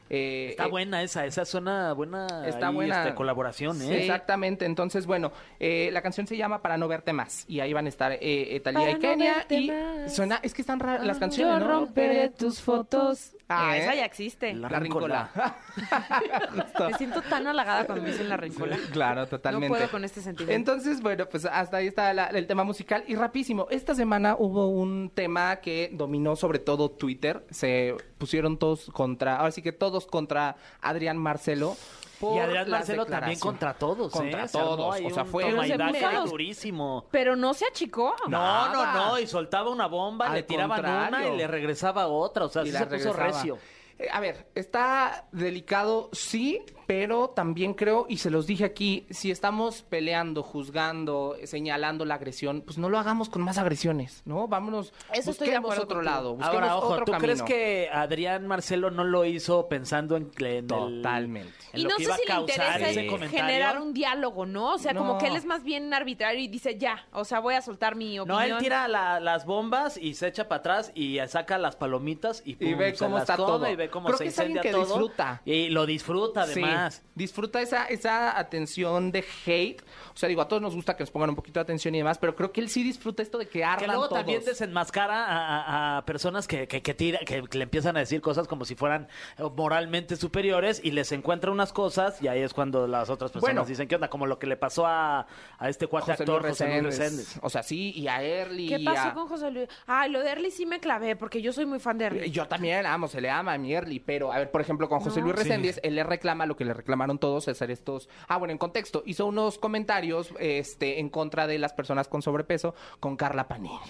H: eh,
C: Está
H: eh,
C: buena esa, esa suena buena
H: Está
C: ahí,
H: buena.
C: este, colaboración, ¿eh?
H: Sí, Exactamente. Entonces, bueno, eh, la canción se llama Para no verte más. Y ahí van a estar eh, eh, Thalía
B: Para
H: y
B: no
H: Kenia.
B: verte
H: y
B: más.
H: suena, es que están raras Ah, las
B: Yo
H: canciones, ¿no?
B: romperé tus fotos. Ah,
H: ¿Eh?
B: esa ya existe.
C: La
H: La
C: rincola.
H: rincola. Justo.
B: Me siento tan halagada cuando me dicen la rincola.
H: Claro, totalmente.
B: No puedo con este sentimiento.
H: Entonces, bueno, pues hasta ahí está la- el tema musical. Y rapidísimo, esta semana hubo un tema que dominó sobre todo Twitter. Se pusieron todos contra, ahora sí que todos todos contra Adrián Marcelo. por
C: Y Adrián
H: las
C: Marcelo también
H: declaraciones.
C: contra todos.
H: Contra
C: ¿eh? Se armó
H: todos,
C: ahí
H: o sea,
C: un
H: fue-
C: toma y
B: Pero se puso-
C: daca ahí durísimo.
B: Pero no se achicó.
C: No, no,
H: Nada.
C: no, y soltaba una bomba,
H: Al
C: le tiraban una
H: contrario.
C: y le regresaba otra, o sea,
H: y
C: sí
H: la
C: se puso
H: regresaba.
C: recio.
H: Eh, A ver, está delicado, sí, pero también creo, y se los dije aquí, si estamos peleando, juzgando, eh, señalando la agresión, pues no lo hagamos con más agresiones, ¿no? Vámonos,
B: Eso estoy de
H: busquemos
B: acuerdo
H: otro
B: contigo.
H: lado, busquemos
C: Ahora, ojo,
H: otro
C: ¿tú
H: camino.
C: crees que Adrián Marcelo no lo hizo pensando en, en el-
H: Totalmente.
C: en
B: Y
C: lo
B: no
C: que
B: sé
C: iba a
B: si le
C: causar
B: interesa
C: ese
B: el
C: comentario?
B: generar un diálogo, ¿no? O sea, como
H: No.
B: que él es más bien arbitrario y dice, ya, o sea, voy a soltar mi opinión.
C: No, él tira la- las bombas y se echa para atrás y saca las palomitas y,
H: Y
C: pum,
H: ve
C: se
H: cómo
C: las
H: está
C: come
H: todo.
C: y ve cómo
H: Creo
C: se
H: que es alguien
C: incendia
H: que
C: todo.
H: disfruta.
C: Y lo disfruta
H: Sí,
C: además.
H: disfruta esa, esa atención de hate. O sea, digo, a todos nos gusta que nos pongan un poquito de atención y demás, pero creo que él sí disfruta esto de que
C: Que
H: ardan
C: luego
H: todos.
C: también desenmascara a, a- a personas que, que, que tira- que le empiezan a decir cosas como si fueran eh, moralmente superiores y les encuentra unas cosas y ahí es cuando las otras personas
H: Bueno.
C: dicen, ¿qué onda? Como lo que le pasó a, a este cuate
H: José
C: actor,
H: Luis
C: José Luis
H: Reséndez.
C: Reséndez.
H: O sea, sí, y a Erly.
B: ¿Qué
H: y
B: pasó
H: a-
B: con José Luis? Ay, lo de Erly sí me clavé, porque yo soy muy fan de Erly.
H: Eh, Yo también amo, se le ama a mi Erly, pero a ver, por ejemplo, con José Luis Reséndiz, él le reclama lo que le reclamaron todos, hacer estos. Ah, bueno, en contexto, hizo unos comentarios este, en contra de las personas con sobrepeso con Carla Panini.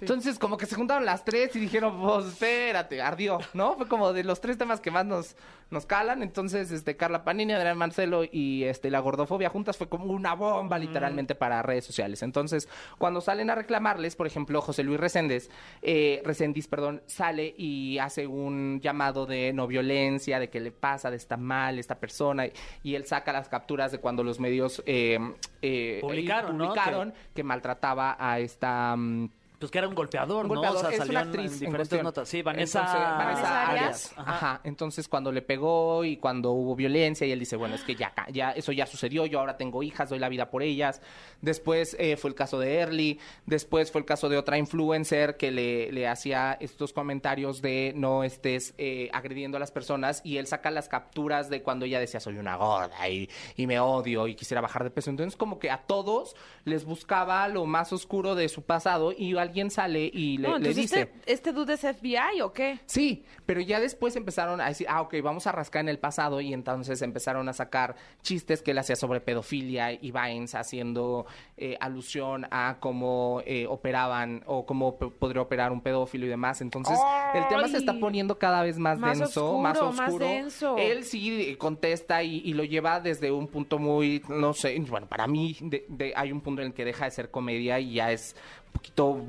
H: Entonces, como que se juntaron las tres y dijeron, pues espérate, ardió, ¿no? Fue como de los tres temas que más nos, nos calan. Entonces, este, Carla Panini, Adrián Marcelo y este, la gordofobia juntas fue como una bomba, literalmente, para redes sociales. Entonces, cuando salen a reclamarles, por ejemplo, José Luis Reséndez, eh, Reséndiz, perdón, sale y hace un llamado de no violencia, de que le pasa, de está mal esta persona, y, y él saca las capturas de cuando los medios eh, eh,
C: Publicaron, ¿no?
H: publicaron que maltrataba a esta... mm,
C: Pues que era un golpeador, ¿no?
H: un golpeador.
C: O sea,
H: es
C: salió
H: una
C: en-
H: actriz
C: en
H: en
C: diferentes
H: cuestión.
C: notas. Sí, Vanessa,
H: Entonces, Vanessa
B: Arias.
H: Arias.
C: Ajá.
H: Ajá. Entonces, cuando le pegó y cuando hubo violencia, y él dice, bueno, es que ya, ca- ya eso ya sucedió, yo ahora tengo hijas, doy la vida por ellas. Después eh, fue el caso de Early, después fue el caso de otra influencer que le, le hacía estos comentarios de no estés eh, agrediendo a las personas, y él saca las capturas de cuando ella decía, soy una gorda y, y me odio y quisiera bajar de peso. Entonces, como que a todos les buscaba lo más oscuro de su pasado y alguien sale y le,
B: no,
H: le
B: entonces
H: dice...
B: este, este dude es FBI o qué?
H: Sí, pero ya después empezaron a decir, ah, ok, vamos a rascar en el pasado y entonces empezaron a sacar chistes que él hacía sobre pedofilia y Vines haciendo eh, alusión a cómo eh, operaban o cómo p- podría operar un pedófilo y demás. Entonces el tema se está
B: ¡Ay!
H: poniendo cada vez más,
B: Más
H: denso,
B: oscuro,
H: más
B: más
H: oscuro.
B: denso.
H: Él sí eh, contesta y, y lo lleva desde un punto muy, no sé, bueno, para mí de- de- hay un punto en el que deja de ser comedia y ya es un poquito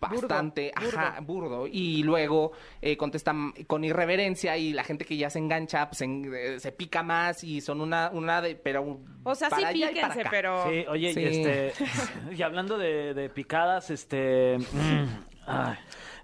H: bastante ajá, burdo y luego eh, contestan con irreverencia y la gente que ya se engancha pues, en- eh, se pica más y son una una de pero un-
B: O sea, sí
H: para allá y para
B: píquense,
H: acá.
B: pero...
C: Sí, oye,
H: Sí.
C: y este y hablando de, de picadas, este mm, ay,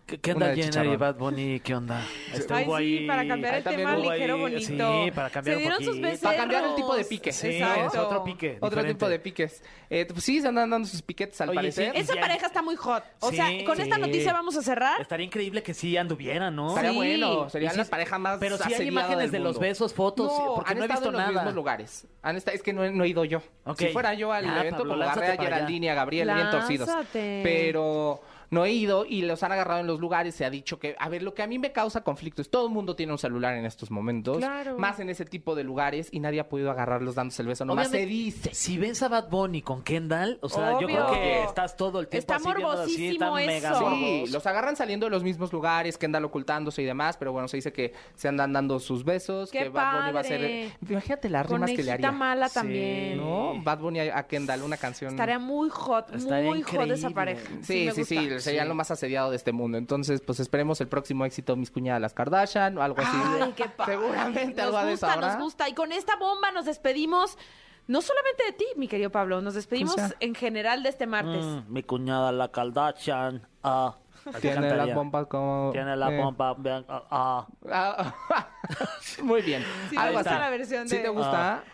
C: ¿qué, qué
H: Una
C: onda
H: de
C: Jenner
H: chicharrón.
C: y Bad Bunny? ¿Qué onda? Estuvo
B: Ay, sí,
C: ahí-
B: para cambiar
H: ahí
B: el
H: también
B: tema
H: hubo ahí-
B: ligero bonito.
C: sí, para
B: Se
C: cambiar un
B: dieron sus
C: poquito.
B: becerros.
H: Para cambiar el tipo de pique.
C: Sí,
B: Exacto.
C: es otro pique.
H: otro
C: diferente.
H: tipo de piques Eh, pues sí se andan dando sus piquetes al
C: Oye,
H: parecer
C: sí,
B: Esa
C: Ya.
B: pareja está muy hot. O
C: Sí,
B: sea, con esta
C: sí.
B: noticia vamos a cerrar.
C: Estaría increíble que sí anduvieran, ¿no?
H: Estaría
B: Sí.
H: bueno, serían
C: Y sí-
H: la pareja más
C: Pero si hay
H: asediada
C: imágenes
H: del
C: de los
H: mundo.
C: besos, fotos, sí,
H: no,
C: porque
H: han
C: no he
H: estado
C: visto
H: en los
C: nada.
H: mismos lugares. Han esta- es que no he, no he ido yo.
C: Ok.
H: Si fuera yo al
C: Ya,
H: evento,
C: Pablo,
H: como agarré a
C: lánzate para allá.
H: Geraldine y a Gabriel, bien torcidos.
B: Lánzate.
H: Pero no he ido y los han agarrado en los lugares. Se ha dicho que, a ver, lo que a mí me causa conflicto es todo el mundo tiene un celular en estos momentos,
B: Claro.
H: más en ese tipo de lugares y nadie ha podido agarrarlos dándose el beso. Nomás se
C: Obviamente,
H: dice.
C: Si ves a Bad Bunny con Kendall, o sea, yo
B: Obvio.
C: creo que estás todo el tiempo
B: Está
C: así viendo así,
B: morbosísimo
C: tan mega
B: eso.
H: Sí,
C: morboso.
H: los agarran saliendo de los mismos lugares, que andan ocultándose y demás, pero bueno, se dice que se andan dando sus besos,
B: ¡Qué
H: que Bad Bunny va a hacer...
B: padre!
H: Imagínate las rimas que le
B: Conejita
H: haría.
B: mala
C: Sí.
B: también.
H: No, Bad Bunny a a Kendall, una canción.
B: Estaría muy hot,
C: Estaría
B: muy hot esa
C: increíble.
B: pareja.
H: Mm. Sí,
B: me
H: sí, sí,
B: gusta.
H: sería lo más asediado de este mundo. Entonces, pues esperemos el próximo éxito, mis cuñadas las Kardashian o algo así.
B: Ay, qué padre.
H: Seguramente
B: nos
H: algo de ¿ah? eso
B: gusta,
H: habrá.
B: nos gusta. Y con esta bomba nos despedimos, no solamente de ti, mi querido Pablo, nos despedimos
H: Pues ya.
B: en general de este martes.
C: Mm, mi cuñada, la Kardashian, ah. así
H: Tiene la
C: cantaría.
H: bomba como.
C: Tiene la
H: eh,
C: bomba, bien, ah, ah.
H: ah, Muy bien.
B: Sí me
H: algo
B: gusta
H: así.
B: la versión
H: ¿Sí
B: de-
H: te gusta?
C: Ah.
B: Eh,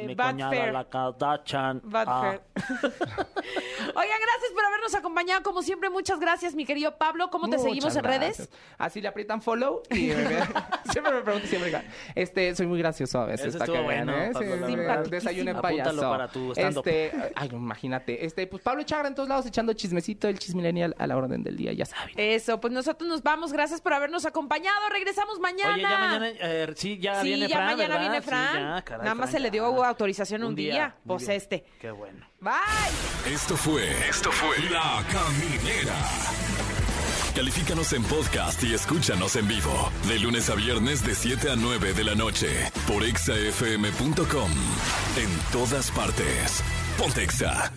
I: de
C: Mi
I: Bad
C: cuñada,
I: Fair.
C: la Kardashian.
I: Bad
C: ah.
I: Fair.
B: Oigan, gracias por habernos acompañado. Como siempre, muchas gracias, mi querido Pablo. ¿Cómo te
H: Muchas
B: seguimos en
H: gracias.
B: redes?
H: Así le aprietan follow y me ven. siempre me preguntan, siempre digan, este, soy muy gracioso a veces.
C: Eso
H: para que
C: estuvo
H: vean,
C: bueno,
H: ¿eh?
C: Pablo, la
H: Sí,
C: verdad.
H: desayunen
C: Apúntalo
H: payaso.
C: para tu stand-up.
H: este, ay, no, imagínate. Este, pues Pablo Chagra en todos lados echando chismecito, el chismilenial a la orden del día, ya saben.
B: Eso, pues nosotros nos vamos. Gracias por habernos acompañado. Regresamos mañana.
C: Oye, ya mañana, eh, sí, ya
B: sí,
C: viene
B: ya
C: Fran,
B: mañana
C: ¿verdad?
B: viene
C: Sí,
B: Fran.
C: ya, caray,
B: Nada más
C: Fran,
B: se le
C: ya.
B: dio autorización un,
C: Un
B: día.
C: día, muy
B: Pues
C: bien.
B: este.
C: Qué bueno.
B: Bye.
A: Esto fue. Esto fue. La Caminera. Califícanos en podcast y escúchanos en vivo. De lunes a viernes, de 7 a 9 de la noche. Por exafm.com. En todas partes. Pontexa.